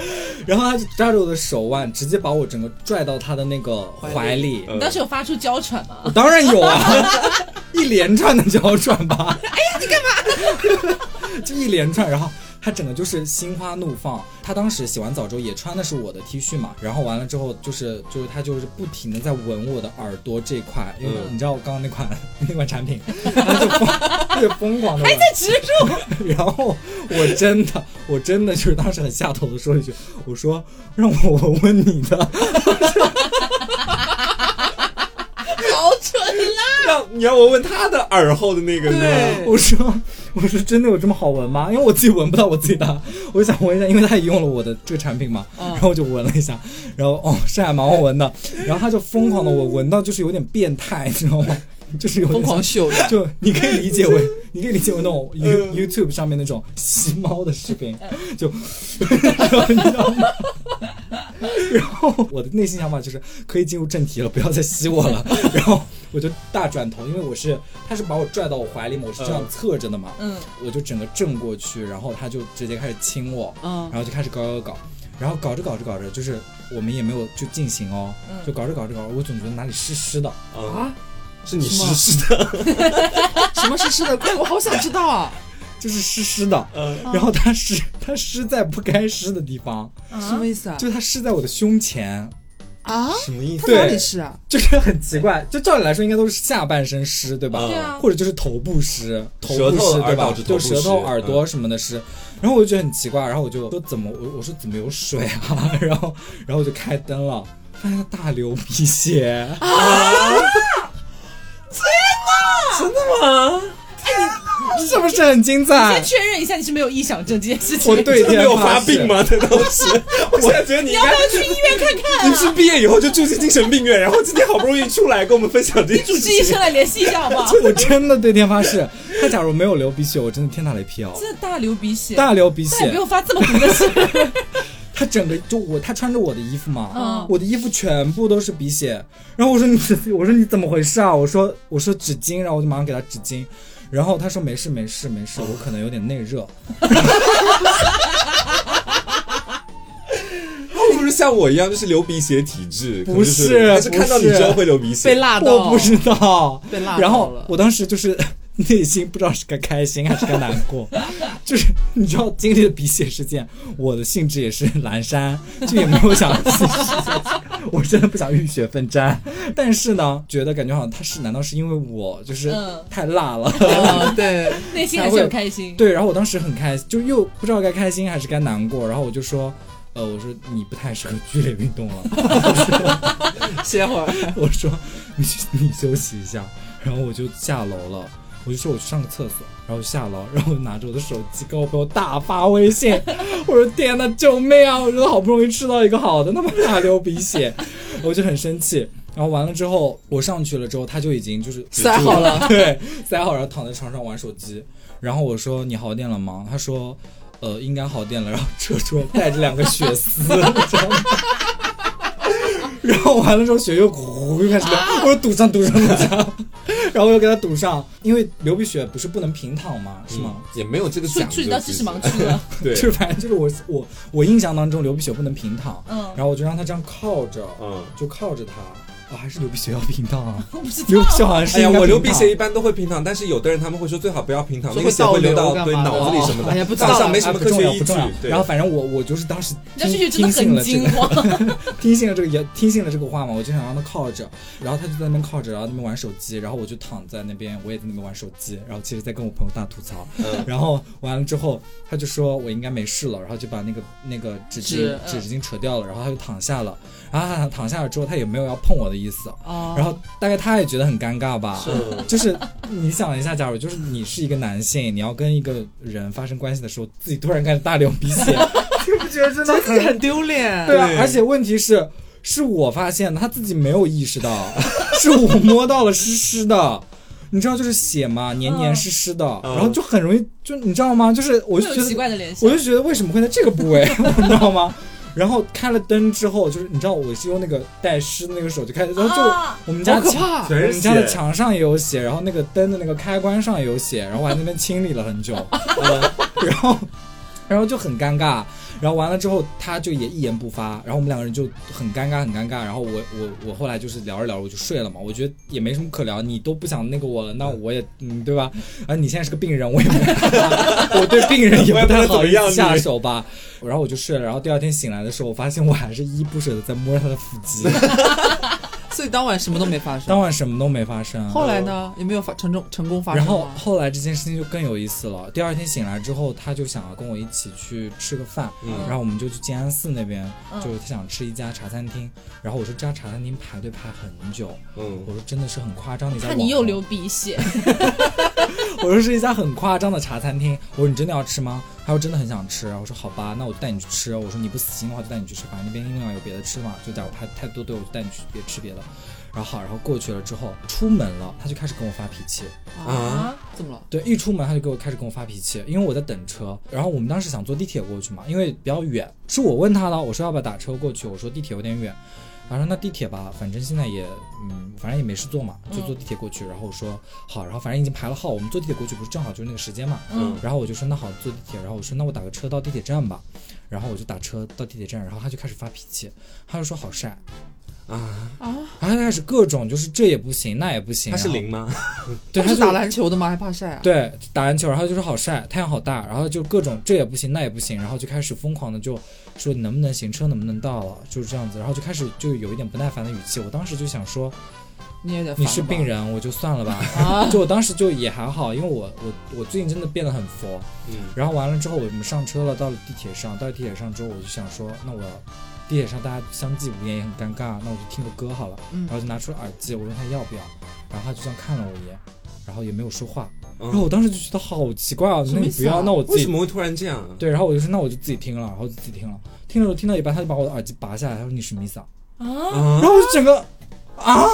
Speaker 4: 然后他就抓着我的手腕，直接把我整个拽到他的那个怀里。
Speaker 2: 嗯
Speaker 1: 你当时有发出娇喘吗？
Speaker 4: 当然有啊， 一连串的脚转吧。哎呀，你干嘛？ 就一连串，然后。他整个就是心花怒放，他当时洗完澡之后也穿的是我的 T 恤嘛，然后完了之后就是就是他就是不停的在闻我的耳朵这块，因为
Speaker 2: 嗯
Speaker 4: 你知道我刚刚那款那款产品，他就疯他就疯狂的闻，
Speaker 1: 植入，
Speaker 4: 然后我真的，我真的就是当时很下头的说一句，我说让我闻闻你的，
Speaker 1: 好蠢啦！
Speaker 2: 让嗯你让我问他的耳后的那个，你知道吗
Speaker 3: 对
Speaker 4: 我说我说真的有这么好闻吗？因为我自己闻不到我自己的，我想闻一下，因为他也用了我的这个产品嘛，
Speaker 3: 嗯
Speaker 4: 然后我就闻了一下，然后哦是还蛮好闻的，然后他就疯狂的我闻到就是有点变态，你知道吗？ 就是有点
Speaker 3: 疯狂 秀，
Speaker 4: 就你可以理解为，你可以理解为那种
Speaker 1: 嗯
Speaker 4: You YouTube 上面那种吸猫的视频，就， 然后你知道吗？然后我的内心想法就是可以进入正题了，不要再吸我 了。然后我就大转头，因为我是他是把我拽到我怀里嘛，我是这样侧着的嘛，
Speaker 1: 嗯，
Speaker 4: 我就整个正过去，然后他就直接开始亲我，
Speaker 3: 嗯
Speaker 4: 然，后就开始搞搞搞，然后搞着搞着搞着，就是我们也没有就进行哦，
Speaker 1: 嗯
Speaker 4: 就搞着搞着搞着，我总觉得哪里湿湿的，
Speaker 2: 啊
Speaker 3: 啊，，
Speaker 2: 是你实施的，
Speaker 3: 什么是吃的？哎快，我好想知道啊！
Speaker 4: 就是湿湿的，
Speaker 2: 嗯，
Speaker 4: 然后他湿， 他湿在不该湿的地方，
Speaker 3: 什么意思啊？
Speaker 4: 嗯就他湿在我的胸前，
Speaker 3: 啊，
Speaker 2: 什么意
Speaker 3: 他
Speaker 2: 思？
Speaker 3: 哪
Speaker 4: 对
Speaker 3: 里是啊？
Speaker 4: 就是很奇怪。就照理来说，应该都是下半身湿，对吧？
Speaker 2: 嗯
Speaker 1: 对啊，
Speaker 4: 或者就是头部湿，头
Speaker 2: 舌
Speaker 4: 部湿
Speaker 2: 头
Speaker 4: 对
Speaker 2: 耳
Speaker 4: 吧
Speaker 2: 导？致头
Speaker 4: 就
Speaker 2: 部
Speaker 4: 舌
Speaker 2: 湿嗯
Speaker 4: 头、耳朵什么的湿。然后我就觉得很奇怪，然后我就说怎么我我说怎么有水啊？ 然后然后我就开灯了，发现他大流鼻血。
Speaker 2: 真的吗？
Speaker 4: 是不是很精彩
Speaker 1: 先？确认一下你是没有臆想症这件事情。
Speaker 4: 啊我对
Speaker 2: 真
Speaker 4: 天
Speaker 2: 的有发
Speaker 4: 发誓
Speaker 2: 病？吗？这当时， 我现在觉得你
Speaker 1: 你
Speaker 2: 应
Speaker 1: 要不
Speaker 2: 该
Speaker 1: 要去医院看看、啊？
Speaker 2: 你是毕业以后就住进精神病院，然后今天好不容易出来跟我们分享这些
Speaker 1: 主
Speaker 2: 事
Speaker 1: 治医
Speaker 2: 情
Speaker 1: 生，来联系一下好不 好？
Speaker 4: 我真的对天发誓， 他假如没有流鼻血，我真的天打雷劈哦！
Speaker 1: 真的大流鼻血，
Speaker 4: 大流鼻
Speaker 1: 他也
Speaker 4: 血
Speaker 1: 不，用发这么毒的 誓。
Speaker 4: 他整个就我，他穿着我的衣服嘛，
Speaker 1: 嗯
Speaker 4: 我的衣服全部都是鼻血。然后我说你， 我说你怎么回事啊？我说我说纸巾，然后我就马上给他纸巾。然后他说没事没事没事，我可能有点内热。
Speaker 2: 他不是像我一样就是流鼻血体质，可能
Speaker 4: 不
Speaker 2: 就是还是看到你
Speaker 4: 不是
Speaker 2: 之后会流鼻
Speaker 3: 被
Speaker 2: 血。
Speaker 3: 辣到，
Speaker 4: 我不知道，
Speaker 3: 被辣到了
Speaker 4: 然后我当时就是内心不知道是该开心还是该难过，就是你知道经历了鼻血事件，我的兴致也是阑珊，就也没有想我真的不想浴血奋战，但是呢，觉得感觉好像他是难道是因为我就是
Speaker 1: 嗯
Speaker 4: 太辣了？
Speaker 3: 啊，对，
Speaker 1: 内心还是很开心。
Speaker 4: 对，然后我当时很开，就又不知道该开心还是该难过，然后我就说。呃，我说你不太适合剧烈运动了，
Speaker 3: 歇 会儿，
Speaker 4: 我说你你休息一下，然后我就下楼了，我就说我去上个厕所，然后下楼，然后拿着我的手机跟我朋友大发微信， 我说天呐，救命啊！我觉得好不容易吃到一个好的，他妈大流鼻血，我就很生气。然后完了之后，我上去了之后，他就已经就是
Speaker 3: 塞好了，
Speaker 4: 对，塞好，然后躺在床上玩手机。然后我说你好点了吗？他说，呃，应该好点了。然后车窗带着两个血丝， 你知道吗？然后完了之后血又呼又开始流，我说堵上堵上堵上，然后我又给他堵上，因为流鼻血不是不能平躺吗？是吗？
Speaker 2: 嗯也没有这个
Speaker 1: 触
Speaker 2: 讲究，
Speaker 1: 触及到知识盲区 了。
Speaker 2: 对
Speaker 4: 就，是反正就是我我我印象当中流鼻血不能平躺，
Speaker 1: 嗯，
Speaker 4: 然后我就让他这样靠着，
Speaker 2: 嗯。
Speaker 4: 就靠着他，啊、还是流鼻血要平 躺啊，
Speaker 1: 我不知
Speaker 4: 流
Speaker 1: 道
Speaker 4: 鼻。血好像是
Speaker 2: 哎呀，
Speaker 4: 应该
Speaker 2: 我流
Speaker 4: 平
Speaker 2: 鼻
Speaker 4: 躺
Speaker 2: 血一般都会平躺，但是有的人他们会说最好不要平躺，
Speaker 3: 说
Speaker 2: 那
Speaker 3: 会
Speaker 2: 个血会流
Speaker 3: 倒
Speaker 2: 到
Speaker 3: 流干
Speaker 2: 对
Speaker 3: 嘛的
Speaker 2: 脑子里什么的。
Speaker 3: 哎呀不知道
Speaker 2: 好像没什么
Speaker 4: 不
Speaker 2: 科
Speaker 4: 重
Speaker 2: 学
Speaker 4: 要
Speaker 2: 依
Speaker 4: 哎不
Speaker 2: 据
Speaker 4: 重要。。
Speaker 2: 对
Speaker 4: 然后反正我我就是当时
Speaker 1: 你知道这
Speaker 4: 听
Speaker 1: 句真的很
Speaker 4: 听信了这
Speaker 1: 惊
Speaker 4: 个
Speaker 1: 慌，
Speaker 4: 听信了这个言听信了这个话嘛，我就想让他靠着，然后他就在那边靠着，然后那边玩手机，然后我就躺在那边，我也在那边玩手机，然后其实在跟我朋友大吐 槽，
Speaker 2: 嗯
Speaker 4: 然后完了之后他就说我应该没事了，然后就把那个那个纸巾
Speaker 3: 纸
Speaker 4: 纸
Speaker 1: 嗯
Speaker 4: 巾扯掉了，然后他就躺下了，然后他躺下了之后他也没有要碰我的意思，
Speaker 3: 哦
Speaker 4: 然后大概他也觉得很尴尬吧，
Speaker 2: 嗯
Speaker 4: 就是你想一下，假如就是你是一个男性，你要跟一个人发生关系的时候，自己突然开始大流鼻血，你不 觉得真
Speaker 3: 真的很丢脸，
Speaker 4: 对啊？
Speaker 2: 对
Speaker 4: 而且问题是，是我发现的，他自己没有意识到， 是我摸到了湿湿的。你知道就是血
Speaker 1: 嗯
Speaker 4: 嘛，黏黏湿湿的，
Speaker 2: 嗯
Speaker 4: 然后就很容易就你知道吗？就是我
Speaker 1: 会
Speaker 4: 就
Speaker 1: 有
Speaker 4: 觉
Speaker 1: 奇
Speaker 4: 得
Speaker 1: 怪的联想。
Speaker 4: 我就觉得为什么会在这个部位， 你知道吗？然后开了灯之后，就是你知道我是用那个带湿的那个手就开始，然后就、
Speaker 1: 啊
Speaker 4: 我们家
Speaker 3: 好可
Speaker 4: 墙
Speaker 3: 怕，
Speaker 2: 全
Speaker 4: 我
Speaker 2: 是
Speaker 4: 们家的
Speaker 2: 血
Speaker 4: 墙上也有血，然后那个灯的那个开关上也有血，然后我还在那边清理了很久，呃然后然后就很尴尬，然后完了之后他就也一言不发，然后我们两个人就很尴尬很尴尬，然后我我我后来就是聊着聊着我就睡了嘛，我觉得也没什么可聊，你都不想那个我了，那我也嗯对吧？啊你现在是个病人，我也没 我对病人也不太好意思下手吧，然后我就睡了，然后第二天醒来的时候，我发现我还是依依不舍的在摸他的腹肌，
Speaker 3: 所以当晚什么都没发生
Speaker 4: 当。晚什么都没发生。
Speaker 3: 后来呢？有没有发成功成功发生
Speaker 4: 然
Speaker 3: 吗？
Speaker 4: 后后来这件事情就更有意思了。第二天醒来之后，他就想要跟我一起去吃个饭，然后我们就去静安寺那边，
Speaker 1: 嗯
Speaker 4: 就是他想吃一家茶餐厅。然后我说这家茶餐厅排队排很久，
Speaker 2: 嗯
Speaker 4: 我说真的是很夸张的一家网
Speaker 1: 看
Speaker 4: 红。
Speaker 1: 你又流鼻血，
Speaker 4: 我说是一家很夸张的茶餐厅。我说你真的要吃吗？他说真的很想吃。我说好吧，那我带你去吃。我说你不死心的话，就带你去吃，反正那边另外有别的吃嘛。就假如排太多队，我就带你去别吃别的。然后好，然后过去了之后，出门了，他就开始跟我发脾气。
Speaker 2: 啊，
Speaker 3: 怎么了？
Speaker 4: 对，一出门他就给我开始跟我发脾气，因为我在等车。然后我们当时想坐地铁过去嘛，因为比较远，是我问他了，我说要不要打车过去，我说地铁有点远。他说那地铁吧，反正现在也，嗯，反正也没事做嘛，就坐地铁过去。然后我说好，然后反正已经排了号，我们坐地铁过去不是正好就是那个时间嘛。
Speaker 1: 嗯
Speaker 4: 然后我就说那好，坐地铁。然后我说那我打个车到地铁站吧。然后我就打车到地铁站，然后他就开始发脾气，他就说好晒，
Speaker 2: 啊，
Speaker 4: 然后他开始各种就是这也不行那也不行。
Speaker 2: 他是
Speaker 4: 然后，
Speaker 2: 零吗？
Speaker 4: 对，
Speaker 3: 不
Speaker 4: 他
Speaker 3: 是
Speaker 4: 就
Speaker 3: 打篮球的吗？还怕晒啊？
Speaker 4: 对，打篮球，然后就是好晒，太阳好大，然后就各种这也不行，那也不行，然后就开始疯狂的就说你能不能行，车能不能到了，啊就是这样子，然后就开始就有一点不耐烦的语气。我当时就想说，
Speaker 3: 你也得
Speaker 4: 你是病人，我就算了吧。
Speaker 3: 啊
Speaker 4: 就我当时就也还好，因为我我我最近真的变得很佛。
Speaker 2: 嗯，
Speaker 4: 然后完了之后，我们上车了，到了地铁上，到了地铁上之后，我就想说，那我地铁上大家相继无言也很尴尬，那我就听个歌好了。
Speaker 3: 嗯
Speaker 4: 然后就拿出了耳机，我问他要不要，然后他就这样看了我一眼，然后也没有说话。
Speaker 2: 嗯
Speaker 4: 然后我当时就觉得好奇怪啊，那你不要，那我自
Speaker 2: 为
Speaker 4: 己
Speaker 2: 什么会突然这样啊？
Speaker 4: 对，然后我就说那我就自己听了，然后就自己听了，听的时候听到一半，他就把我的耳机拔下来，他说你是弥撒，
Speaker 1: 啊，
Speaker 2: 啊
Speaker 4: 然，后我就整个啊，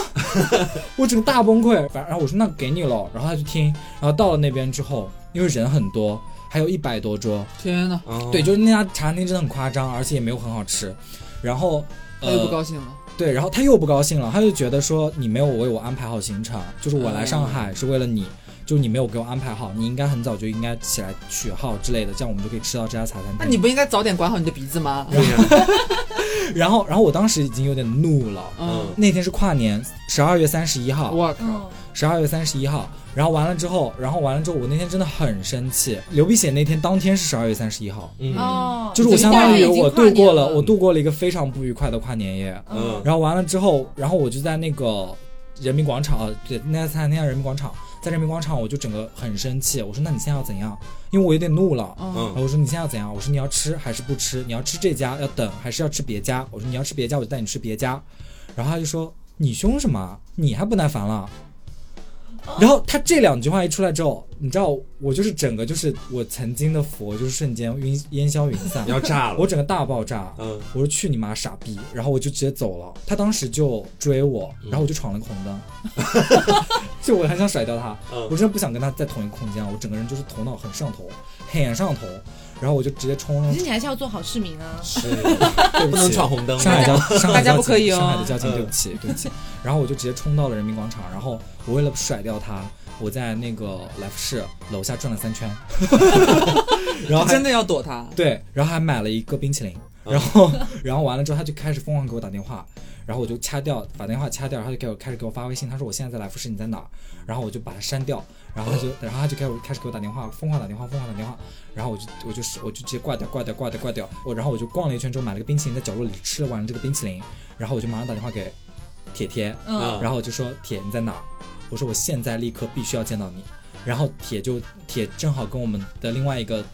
Speaker 4: 我整个大崩溃。反然后我说那给你了，然后他就听，然后到了那边之后，因为人很多，还有一百多桌，
Speaker 3: 天哪，
Speaker 2: 啊
Speaker 4: 对，就是那家茶餐厅真的很夸张，而且也没有很好吃。然后
Speaker 3: 他又不
Speaker 4: 呃，
Speaker 3: 高兴了。
Speaker 4: 对，然后他又不高兴了，他就觉得说你没有为我安排好行程，就是我来上
Speaker 3: 哦
Speaker 4: 海是为了你。就你没有给我安排好，你应该很早就应该起来取号之类的，这样我们就可以吃到这家茶餐厅。
Speaker 3: 那你不应该早点管好你的鼻子吗？
Speaker 2: 对呀，
Speaker 4: 然后，然后我当时已经有点怒了。
Speaker 3: 嗯，
Speaker 4: 那天是跨年，十二月三十一号，
Speaker 3: 我靠，
Speaker 1: 哦
Speaker 4: 十二月三十一号。然后完了之后，然后完了之后，我那天真的很生气。流鼻血那天当天是十二月三十一号，
Speaker 2: 嗯
Speaker 1: 哦，
Speaker 4: 就是我相当于我度过了，
Speaker 1: 已经跨年
Speaker 4: 我度过了一个非常不愉快的跨年夜。
Speaker 2: 嗯
Speaker 4: 然后完了之后，然后我就在那个人民广场，呃对，那家餐厅叫人民广场，在人民广场我就整个很生气，我说那你现在要怎样？因为我有点怒了。
Speaker 1: 哦
Speaker 3: 嗯，
Speaker 4: 然
Speaker 2: 嗯
Speaker 4: 后我说你现在要怎样？我说你要吃还是不吃？你要吃这家要等还是要吃别家？我说你要吃别家我就带你吃别家。然后他就说你凶什么啊？你还不耐烦
Speaker 2: 哦
Speaker 4: 了？然后他这两句话一出来之后，你知道我就是整个就是我曾经的佛就是瞬间云烟消云散
Speaker 2: 你，要炸了，
Speaker 4: 我整个大爆炸。
Speaker 2: 嗯
Speaker 4: 我说去你妈傻逼！然后我就直接走了。他当时就追我，
Speaker 2: 嗯
Speaker 4: 然后我就闯了个红 灯，就我很想甩掉他。
Speaker 2: 嗯
Speaker 4: 我真的不想跟他在同一个空间，啊我整个人就是头脑很上头，很上头，然后我就直接冲
Speaker 1: 可
Speaker 4: 上
Speaker 1: 是
Speaker 4: 去。
Speaker 1: 你还是要做好市民 啊。
Speaker 2: 是
Speaker 4: 对
Speaker 2: 不
Speaker 4: 不
Speaker 2: 能
Speaker 4: 起，
Speaker 2: 闯红灯，啊
Speaker 4: 上海交上海
Speaker 3: 大家
Speaker 4: 交
Speaker 3: 不可以
Speaker 4: 警，
Speaker 3: 哦
Speaker 4: 上海的交警，
Speaker 2: 嗯
Speaker 4: 对不起，对不起。然后我就直接冲到了人民广场，然后我为了甩掉他，我在那个来福士楼下转了 三圈，
Speaker 3: 你
Speaker 4: 然后还
Speaker 3: 真的要躲 他。
Speaker 4: 对，然后还买了一个冰淇淋，然后、 然后完了之后，他就开始疯狂给我打电话，然后我就掐掉，把电话掐掉，然后他就给我开始给我发微信，他说我现在在来福士，你在哪儿？然后我就把他删掉，然后他就然后他就开始开始给我打电话，疯狂打电话，疯狂打电话，然后我就我就是我就直接挂掉，挂掉，挂掉，挂掉，我然后我就逛了一圈之后买了个冰淇淋，在角落里吃了完了这个冰淇淋，然后我就马上打电话给铁铁，
Speaker 1: 嗯，
Speaker 4: 然后我就说铁你在哪儿？我说我现在立刻必须要见到你。然后铁就铁正好跟我们的另外一个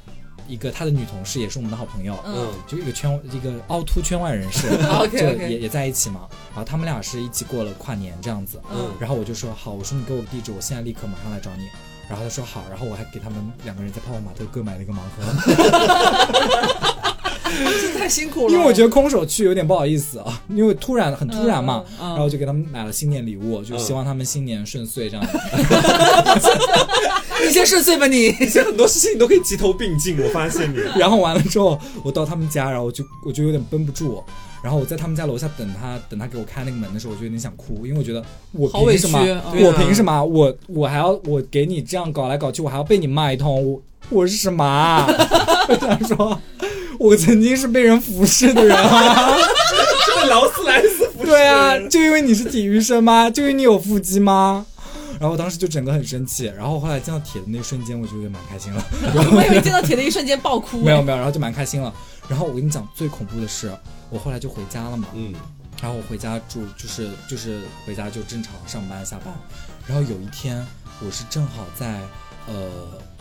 Speaker 4: 一个他的女同事也是我们的好朋友，
Speaker 1: 嗯哦
Speaker 4: 就一个圈一个凹凸圈外 人士，
Speaker 3: OK，OK
Speaker 4: 就也也在一起嘛。然后他们俩是一起过了跨年这样子。
Speaker 1: 嗯
Speaker 4: 然后我就说好，我说你给我个地址，我现在立刻马上来找你。然后他说好，然后我还给他们两个人在泡泡玛特各买了一个盲 盒，
Speaker 3: 这太辛苦了。
Speaker 4: 因为我觉得空手去有点不好意思啊，因为突然很突然嘛。
Speaker 1: 嗯
Speaker 4: 然后我就给他们买了新年礼物，就
Speaker 2: 嗯
Speaker 4: 希望他们新年顺遂这样子。
Speaker 3: 得 你先顺遂吧你。
Speaker 2: 以哎前很多事情你都可以齐头并进，我发现你，
Speaker 4: 然后完了之后，我到他们家，然后我就我就有点绷不住，然后我在他们家楼下等他，等他给我开那个门的时候，我就有点想哭，因为我觉得我
Speaker 3: 好委
Speaker 4: 凭什么？
Speaker 3: 屈
Speaker 2: 对
Speaker 4: 我
Speaker 2: 啊
Speaker 4: 凭什么？我我还要我给你这样搞来搞去，我还要被你骂一通，我我是什么啊？ 我想说，我曾经是被人服侍的人啊，
Speaker 2: 这个劳斯莱斯不是
Speaker 4: 对啊， 就因为你是体育生吗？就因为你有腹肌吗？然后我当时就整个很生气，然后后来见到铁的那一瞬间，我就有点蛮开心了。
Speaker 1: 我以为见到铁的一瞬间爆哭。哎
Speaker 4: 没有没有，然后就蛮开心了。然后我跟你讲，最恐怖的是，我后来就回家了嘛。
Speaker 2: 嗯
Speaker 4: 然后我回家住，就是就是回家就正常上班下班。然后有一天，我是正好在呃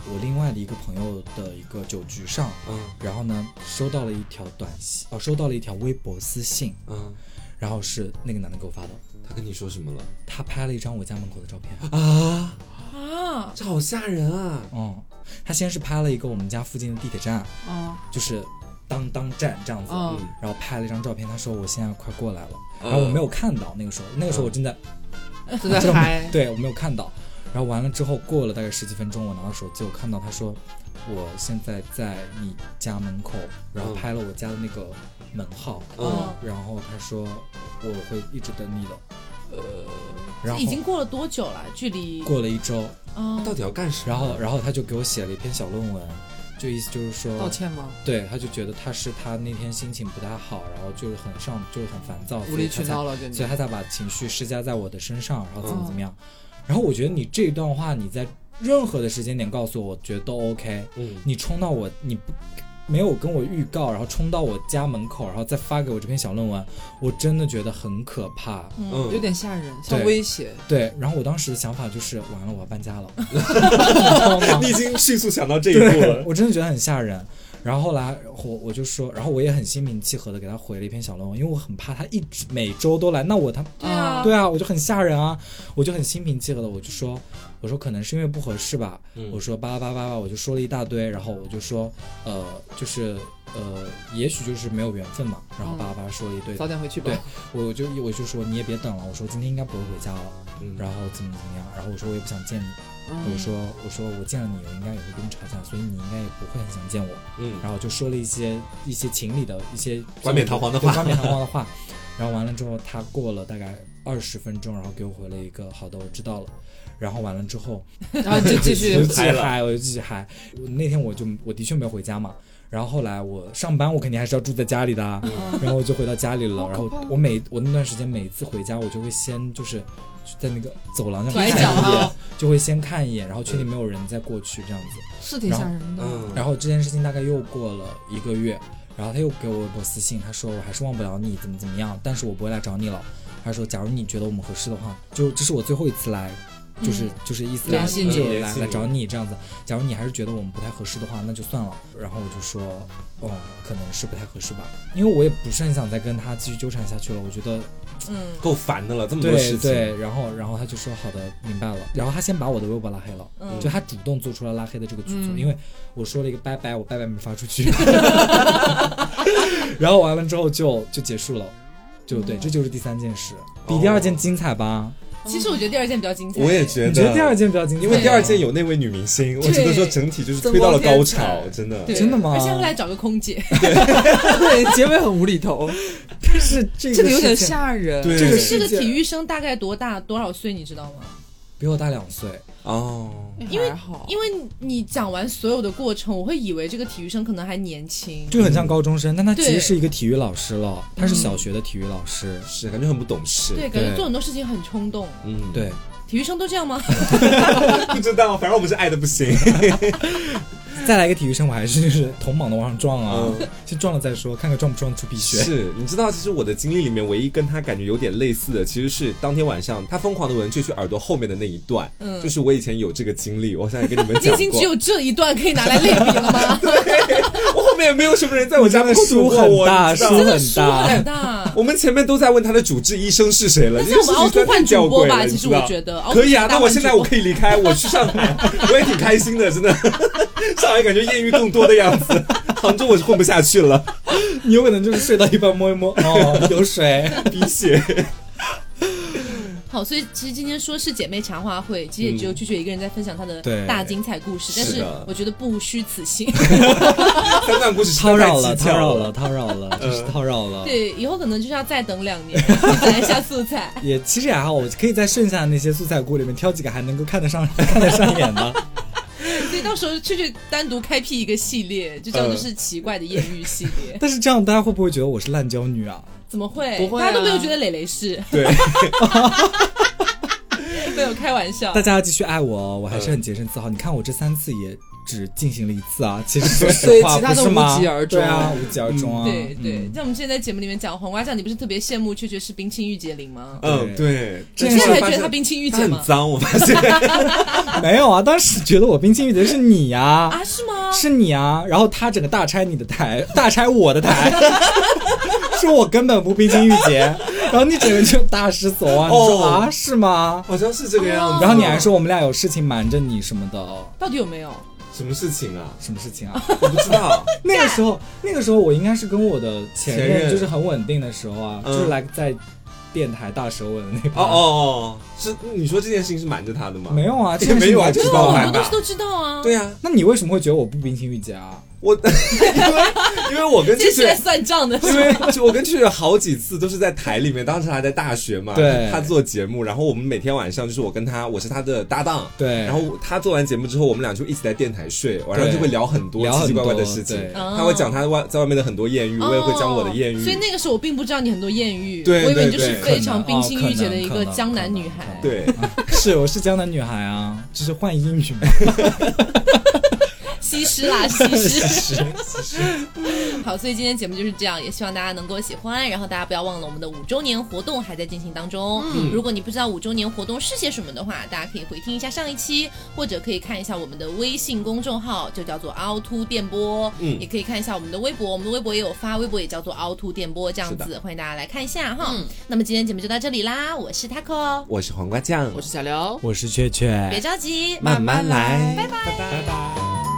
Speaker 4: 我另外的一个朋友的一个酒局上，
Speaker 2: 嗯
Speaker 4: 然后呢收到了一条短信，哦收到了一条微博私信，
Speaker 2: 嗯，
Speaker 4: 然后是那个男的给我发的，
Speaker 2: 他跟你说什么了
Speaker 4: 他拍了一张我家门口的照片。
Speaker 2: 啊？
Speaker 1: 啊，
Speaker 2: 这好吓人啊！
Speaker 4: 嗯，他先是拍了一个我们家附近的地铁站，
Speaker 3: 嗯
Speaker 4: 就是当当站这样子，
Speaker 3: 嗯
Speaker 4: 然后拍了一张照片，他说我现在快过来了，然后我没有看到那个时候，那个时候我正在，
Speaker 3: 正在
Speaker 4: 正
Speaker 3: 嗨。
Speaker 4: 对我没有看到，然后完了之后过了大概十几分钟，我拿到手机，我看到他说我现在在你家门口，然后
Speaker 2: 嗯
Speaker 4: 拍了我家的那个门号，
Speaker 2: 嗯，
Speaker 4: 然后他说我会一直等你的，呃，然
Speaker 1: 这
Speaker 4: 后
Speaker 1: 已经过了多久了？距离
Speaker 4: 过了一周，
Speaker 1: 啊
Speaker 2: 到底要干什么？
Speaker 4: 然后然后他就给我写了一篇小论文，就意思就是说
Speaker 3: 道歉吗？
Speaker 4: 对，他就觉得他是他那天心情不太好，然后就是很上，就是很烦躁，
Speaker 3: 无
Speaker 4: 所以
Speaker 3: 理
Speaker 4: 他
Speaker 3: 取
Speaker 4: 才
Speaker 3: 闹，了，嗯跟你
Speaker 4: 所以他才把情绪施加在我的身上，然后怎么怎么样。然后我觉得你这段话你在任何的时间点告诉我，我觉得都 OK。
Speaker 2: 嗯
Speaker 4: 你冲到我，你不没有跟我预告，然后冲到我家门口，然后再发给我这篇小论文，我真的觉得很可怕。
Speaker 1: 嗯，
Speaker 2: 嗯，
Speaker 3: 有点吓人，像
Speaker 4: 对
Speaker 3: 威胁。
Speaker 4: 对，然后我当时的想法就是，完了，我要搬家了，你知道吗？
Speaker 2: 你已经迅速想到这一步了。
Speaker 4: 我真的觉得很吓人。然后后来我我就说，然后我也很心平气和的给他回了一篇小论文，因为我很怕他一直每周都来，那我他
Speaker 1: 对啊，
Speaker 4: 对啊，我就很吓人啊，我就很心平气和的，我就说，我说可能是因为不合适吧，
Speaker 2: 嗯
Speaker 4: 我说叭叭叭叭叭，我就说了一大堆，然后我就说，呃，就是呃，也许就是没有缘分嘛，然
Speaker 1: 嗯
Speaker 4: 后叭叭叭说了一堆，
Speaker 3: 早点回去吧。
Speaker 4: 对我就我就说你也别等了，我说今天应该不会回家了，
Speaker 2: 嗯
Speaker 4: 然后怎么怎么样，然后我说我也不想见你，
Speaker 3: 嗯
Speaker 4: 我说我说我见了你，我应该也会跟你吵架，所以你应该也不会很想见我，
Speaker 2: 嗯，
Speaker 4: 然后就说了一些一些情理的一些
Speaker 2: 冠冕堂皇的话
Speaker 4: 对冠冕堂皇的话。然后完了之后，他过了大概二十分钟，然后给我回了一个“好的，我知道了”。然后完了之后，
Speaker 3: 然后 就继 续
Speaker 4: 我就继续
Speaker 2: 嗨了
Speaker 4: 嗨，我就继续嗨。我那天我就我的确没有回家嘛，然后后来我上班，我肯定还是要住在家里的啊，
Speaker 3: 嗯
Speaker 4: 然后我就回到家里了。然后我每我那段时间每次回家，我就会先就是在那个走廊上
Speaker 1: 拐
Speaker 4: 看一
Speaker 1: 角
Speaker 4: 眼
Speaker 1: 啊，
Speaker 4: 就会先看一眼，然后确定没有人再过去这样子。
Speaker 3: 是挺吓人的。
Speaker 2: 嗯，
Speaker 4: 然后这件事情大概又过了一个月，然后他又给我一波私信，他说我还是忘不了你，怎么怎么样，但是我不会来找你了。他说，假如你觉得我们合适的话，就这是我最后一次来，就是、就是意思来
Speaker 1: 联系你
Speaker 4: 就
Speaker 2: 嗯联
Speaker 4: 来
Speaker 2: 系
Speaker 4: 来
Speaker 2: 你
Speaker 4: 找你这样子。假如你还是觉得我们不太合适的话，那就算了。然后我就说，哦，可能是不太合适吧，因为我也不是很想再跟他继续纠缠下去了。我觉得
Speaker 1: 嗯，
Speaker 2: 够烦的了，这么多
Speaker 4: 对
Speaker 2: 事情，
Speaker 4: 对，然后然后他就说好的，明白了。然后他先把我的微博拉黑了，
Speaker 1: 嗯
Speaker 4: 就他主动做出了拉黑的这个举措，
Speaker 3: 嗯
Speaker 4: 因为我说了一个拜拜，我拜拜没发出去， 然后完了之后就就结束了，就对，这就是第三件
Speaker 2: 哦
Speaker 4: 事，比第二件精彩吧？
Speaker 1: 其实我觉得第二件比较精彩，
Speaker 2: 我也觉
Speaker 4: 你觉得第二件比较精彩吗？
Speaker 2: 因为第二件有那位女明星，我只能说整体就是推到了高潮，真的。
Speaker 1: 对
Speaker 4: 真的吗
Speaker 1: 而且后来找个空姐，
Speaker 3: 对，结尾很无厘 头，
Speaker 4: 但 是这个
Speaker 3: 这个有点
Speaker 4: 事件
Speaker 3: 吓人。
Speaker 2: 对
Speaker 4: 这个
Speaker 1: 是
Speaker 4: 事
Speaker 1: 个
Speaker 4: 件
Speaker 1: 体育生，大概多大多少岁，你知道吗？
Speaker 4: 比我大两岁，
Speaker 2: 哦，
Speaker 1: 因为
Speaker 3: 哎还好，
Speaker 1: 因为你讲完所有的过程，我会以为这个体育生可能还年轻，
Speaker 4: 就很像高中生，但他其
Speaker 1: 对
Speaker 4: 实是一个体育老师了，他
Speaker 3: 嗯
Speaker 4: 是小学的体育老师，
Speaker 2: 是感觉很不懂事。
Speaker 1: 对，感觉
Speaker 4: 对
Speaker 1: 做很多事情很冲动。
Speaker 2: 嗯，
Speaker 4: 对。
Speaker 1: 体育生都这 样吗？
Speaker 2: 不知道，反正我们是爱的不行。
Speaker 4: 再来一个体育生，我还是就是同膀的往上撞啊，
Speaker 2: 嗯
Speaker 4: 先撞了再说，看看撞不撞得出鼻血。
Speaker 2: 是，你知道，其实我的经历里面，唯一跟他感觉有点类似的，其实是当天晚上他疯狂的闻雀去耳朵后面的那一段。
Speaker 1: 嗯
Speaker 2: 就是我以前有这个经历，我想也跟你们
Speaker 1: 你
Speaker 2: 讲
Speaker 1: 已经只
Speaker 2: 过。
Speaker 1: 有这一段可以拿来类比了 吗？
Speaker 2: 我后面也没有什么人在我家
Speaker 4: 你真的
Speaker 2: 碰触
Speaker 4: 书
Speaker 2: 过
Speaker 4: 很
Speaker 2: 我
Speaker 4: 大
Speaker 2: 你知道
Speaker 4: 书
Speaker 2: 吗
Speaker 1: 真的
Speaker 4: 很
Speaker 1: 输
Speaker 4: 大
Speaker 1: 很大。
Speaker 2: 我们前面都在问他的主治医生是谁了，
Speaker 1: 但是我们凹凸换主播吧
Speaker 2: 这件事情实在太吊诡了
Speaker 1: 其实
Speaker 2: 你知道
Speaker 1: 我觉得
Speaker 2: 可以啊
Speaker 1: 凹。凸换主播
Speaker 2: 那我现在我可以离开，我去上海，我也挺开心的，真的。上海感觉艳遇更多的样子，杭州我是混不下去了，
Speaker 4: 你有可能就是睡到一半摸一摸，哦， 有水。
Speaker 2: 鼻 血。
Speaker 1: 好，所以其实今天说是姐妹茶话会，其实也只有
Speaker 2: 嗯
Speaker 1: 拒绝一个人在分享她的
Speaker 4: 对
Speaker 1: 大精彩故事，但
Speaker 2: 是
Speaker 1: 是
Speaker 2: 的
Speaker 1: 我觉得不虚此行。
Speaker 2: 三段故事实
Speaker 4: 叨
Speaker 2: 在太
Speaker 4: 扰 了，
Speaker 2: 蹊跷
Speaker 4: 叨扰了，。叨扰了，就是叨扰了。
Speaker 1: 对，以后可能就是要再等两年，积攒一下素材。
Speaker 4: 也其实也还好，我可以在剩下的那些素材库里面挑几个还能够看得上、看得上眼 的。
Speaker 1: 所以到时候确确单独开辟一个系列，就叫做
Speaker 2: 嗯
Speaker 1: 是奇怪的艳遇系 列。
Speaker 4: 但是这样大家会不会觉得我是滥交女啊？
Speaker 1: 怎么会？
Speaker 3: 不会啊
Speaker 1: 大家都没有觉得磊磊是
Speaker 2: 对，
Speaker 1: 没有开玩笑
Speaker 4: 大。家要继续爱我哦，我还是很洁身自好。你看我这三次也只进行了一次 啊，其实说实
Speaker 3: 对
Speaker 4: 话
Speaker 3: 其他
Speaker 4: 不
Speaker 3: 都
Speaker 4: 是吗？
Speaker 3: 无疾而终
Speaker 4: 对啊，无疾而终啊。
Speaker 1: 对对
Speaker 4: 嗯，
Speaker 1: 像我们之前在节目里面讲黄瓜酱，你不是特别羡慕雀雀是冰清玉洁玲吗？
Speaker 2: 嗯，对。
Speaker 1: 你
Speaker 4: 这
Speaker 1: 现
Speaker 4: 件
Speaker 1: 在
Speaker 4: 事
Speaker 1: 还觉得她冰清玉
Speaker 2: 他
Speaker 1: 洁
Speaker 2: 很
Speaker 1: 吗？
Speaker 2: 脏，我发现。
Speaker 4: 没有啊，当时觉得我冰清玉洁是你呀、
Speaker 1: 啊，是吗？
Speaker 4: 是你啊，然后他整个大拆你的台， 大拆我的台， 说我根本不冰清玉洁， 然后你整个就大失所望，你说、
Speaker 2: 哦
Speaker 4: 啊是吗？
Speaker 2: 好像是这个样 子。
Speaker 4: 然后你还说我们俩有事情瞒着你什么的，
Speaker 1: 到底有没有？
Speaker 2: 什么事情啊？
Speaker 4: 什么事情 啊？
Speaker 2: 我不知 道。
Speaker 4: 那个时候，那个时候我应该是跟我的前
Speaker 2: 前
Speaker 4: 任
Speaker 2: 任
Speaker 4: 就是很稳定的时候啊，
Speaker 2: 嗯
Speaker 4: 就是来在电台大舌吻的那
Speaker 2: 哦
Speaker 4: 个。
Speaker 2: 哦哦，是你说这件事情是瞒着他的吗？
Speaker 4: 没 有啊，
Speaker 2: 这个
Speaker 4: 件事
Speaker 2: 没有啊
Speaker 4: 你还
Speaker 2: 这个
Speaker 4: 知
Speaker 1: 我
Speaker 4: 道
Speaker 2: 我
Speaker 1: 很
Speaker 2: 瞒
Speaker 1: 多
Speaker 4: 啊
Speaker 1: 东
Speaker 2: 的。
Speaker 1: 西都知道啊。
Speaker 2: 对，呀，
Speaker 4: 那你为什么会觉得我不冰清玉洁啊？
Speaker 2: 我 因为因为 我跟
Speaker 1: 这
Speaker 2: 这
Speaker 1: 是
Speaker 2: 些
Speaker 1: 来算账的。
Speaker 2: 因为就我跟去好几次都是在台里面，当时还在大学嘛，
Speaker 4: 对
Speaker 2: 他做节目，然后我们每天晚上就是我跟他，我是他的搭档，
Speaker 4: 对
Speaker 2: 然后他做完节目之后，我们俩就一起在电台睡，晚上
Speaker 4: 对
Speaker 2: 就会聊很多
Speaker 4: 聊很
Speaker 2: 奇奇怪怪的
Speaker 4: 多
Speaker 2: 事情
Speaker 4: 对，
Speaker 2: 他会讲他外在外面的很多艳遇， 我也会讲我的艳
Speaker 1: 哦
Speaker 2: 遇
Speaker 1: 所以，那个时候我并不知道你很多艳遇，
Speaker 2: 对
Speaker 1: 我以为你
Speaker 2: 对
Speaker 1: 就是
Speaker 2: 对
Speaker 1: 非常
Speaker 4: 可能
Speaker 1: 冰
Speaker 4: 哦
Speaker 1: 清
Speaker 4: 可
Speaker 1: 玉洁的
Speaker 4: 能
Speaker 1: 一
Speaker 4: 可
Speaker 1: 个
Speaker 4: 能
Speaker 1: 江南
Speaker 4: 可
Speaker 1: 女
Speaker 4: 能
Speaker 1: 孩。
Speaker 2: 对，
Speaker 4: 是，我是江南女孩啊，就是换英语嘛。
Speaker 1: 西施啦，西施。
Speaker 4: 是 是是
Speaker 1: 好，所以今天节目就是这样，也希望大家能够喜欢。然后大家不要忘了我们的五周年活动还在进行当中。如果你不知道五周年活动是些什么的话，大家可以回听一下上一期，或者可以看一下我们的微信公众号，就叫做凹凸电波。
Speaker 2: 嗯
Speaker 1: 也可以看一下我们的微博，我们的微博也有发，微博也叫做凹凸电波这样子，欢迎大家来看一下哈。那么今天节目就到这里啦，我是 Taco，
Speaker 2: 我是黄瓜酱
Speaker 3: 我，是小刘，
Speaker 4: 我是雀雀，
Speaker 1: 别着急，
Speaker 2: 慢慢来，
Speaker 1: 拜拜。
Speaker 4: 拜拜。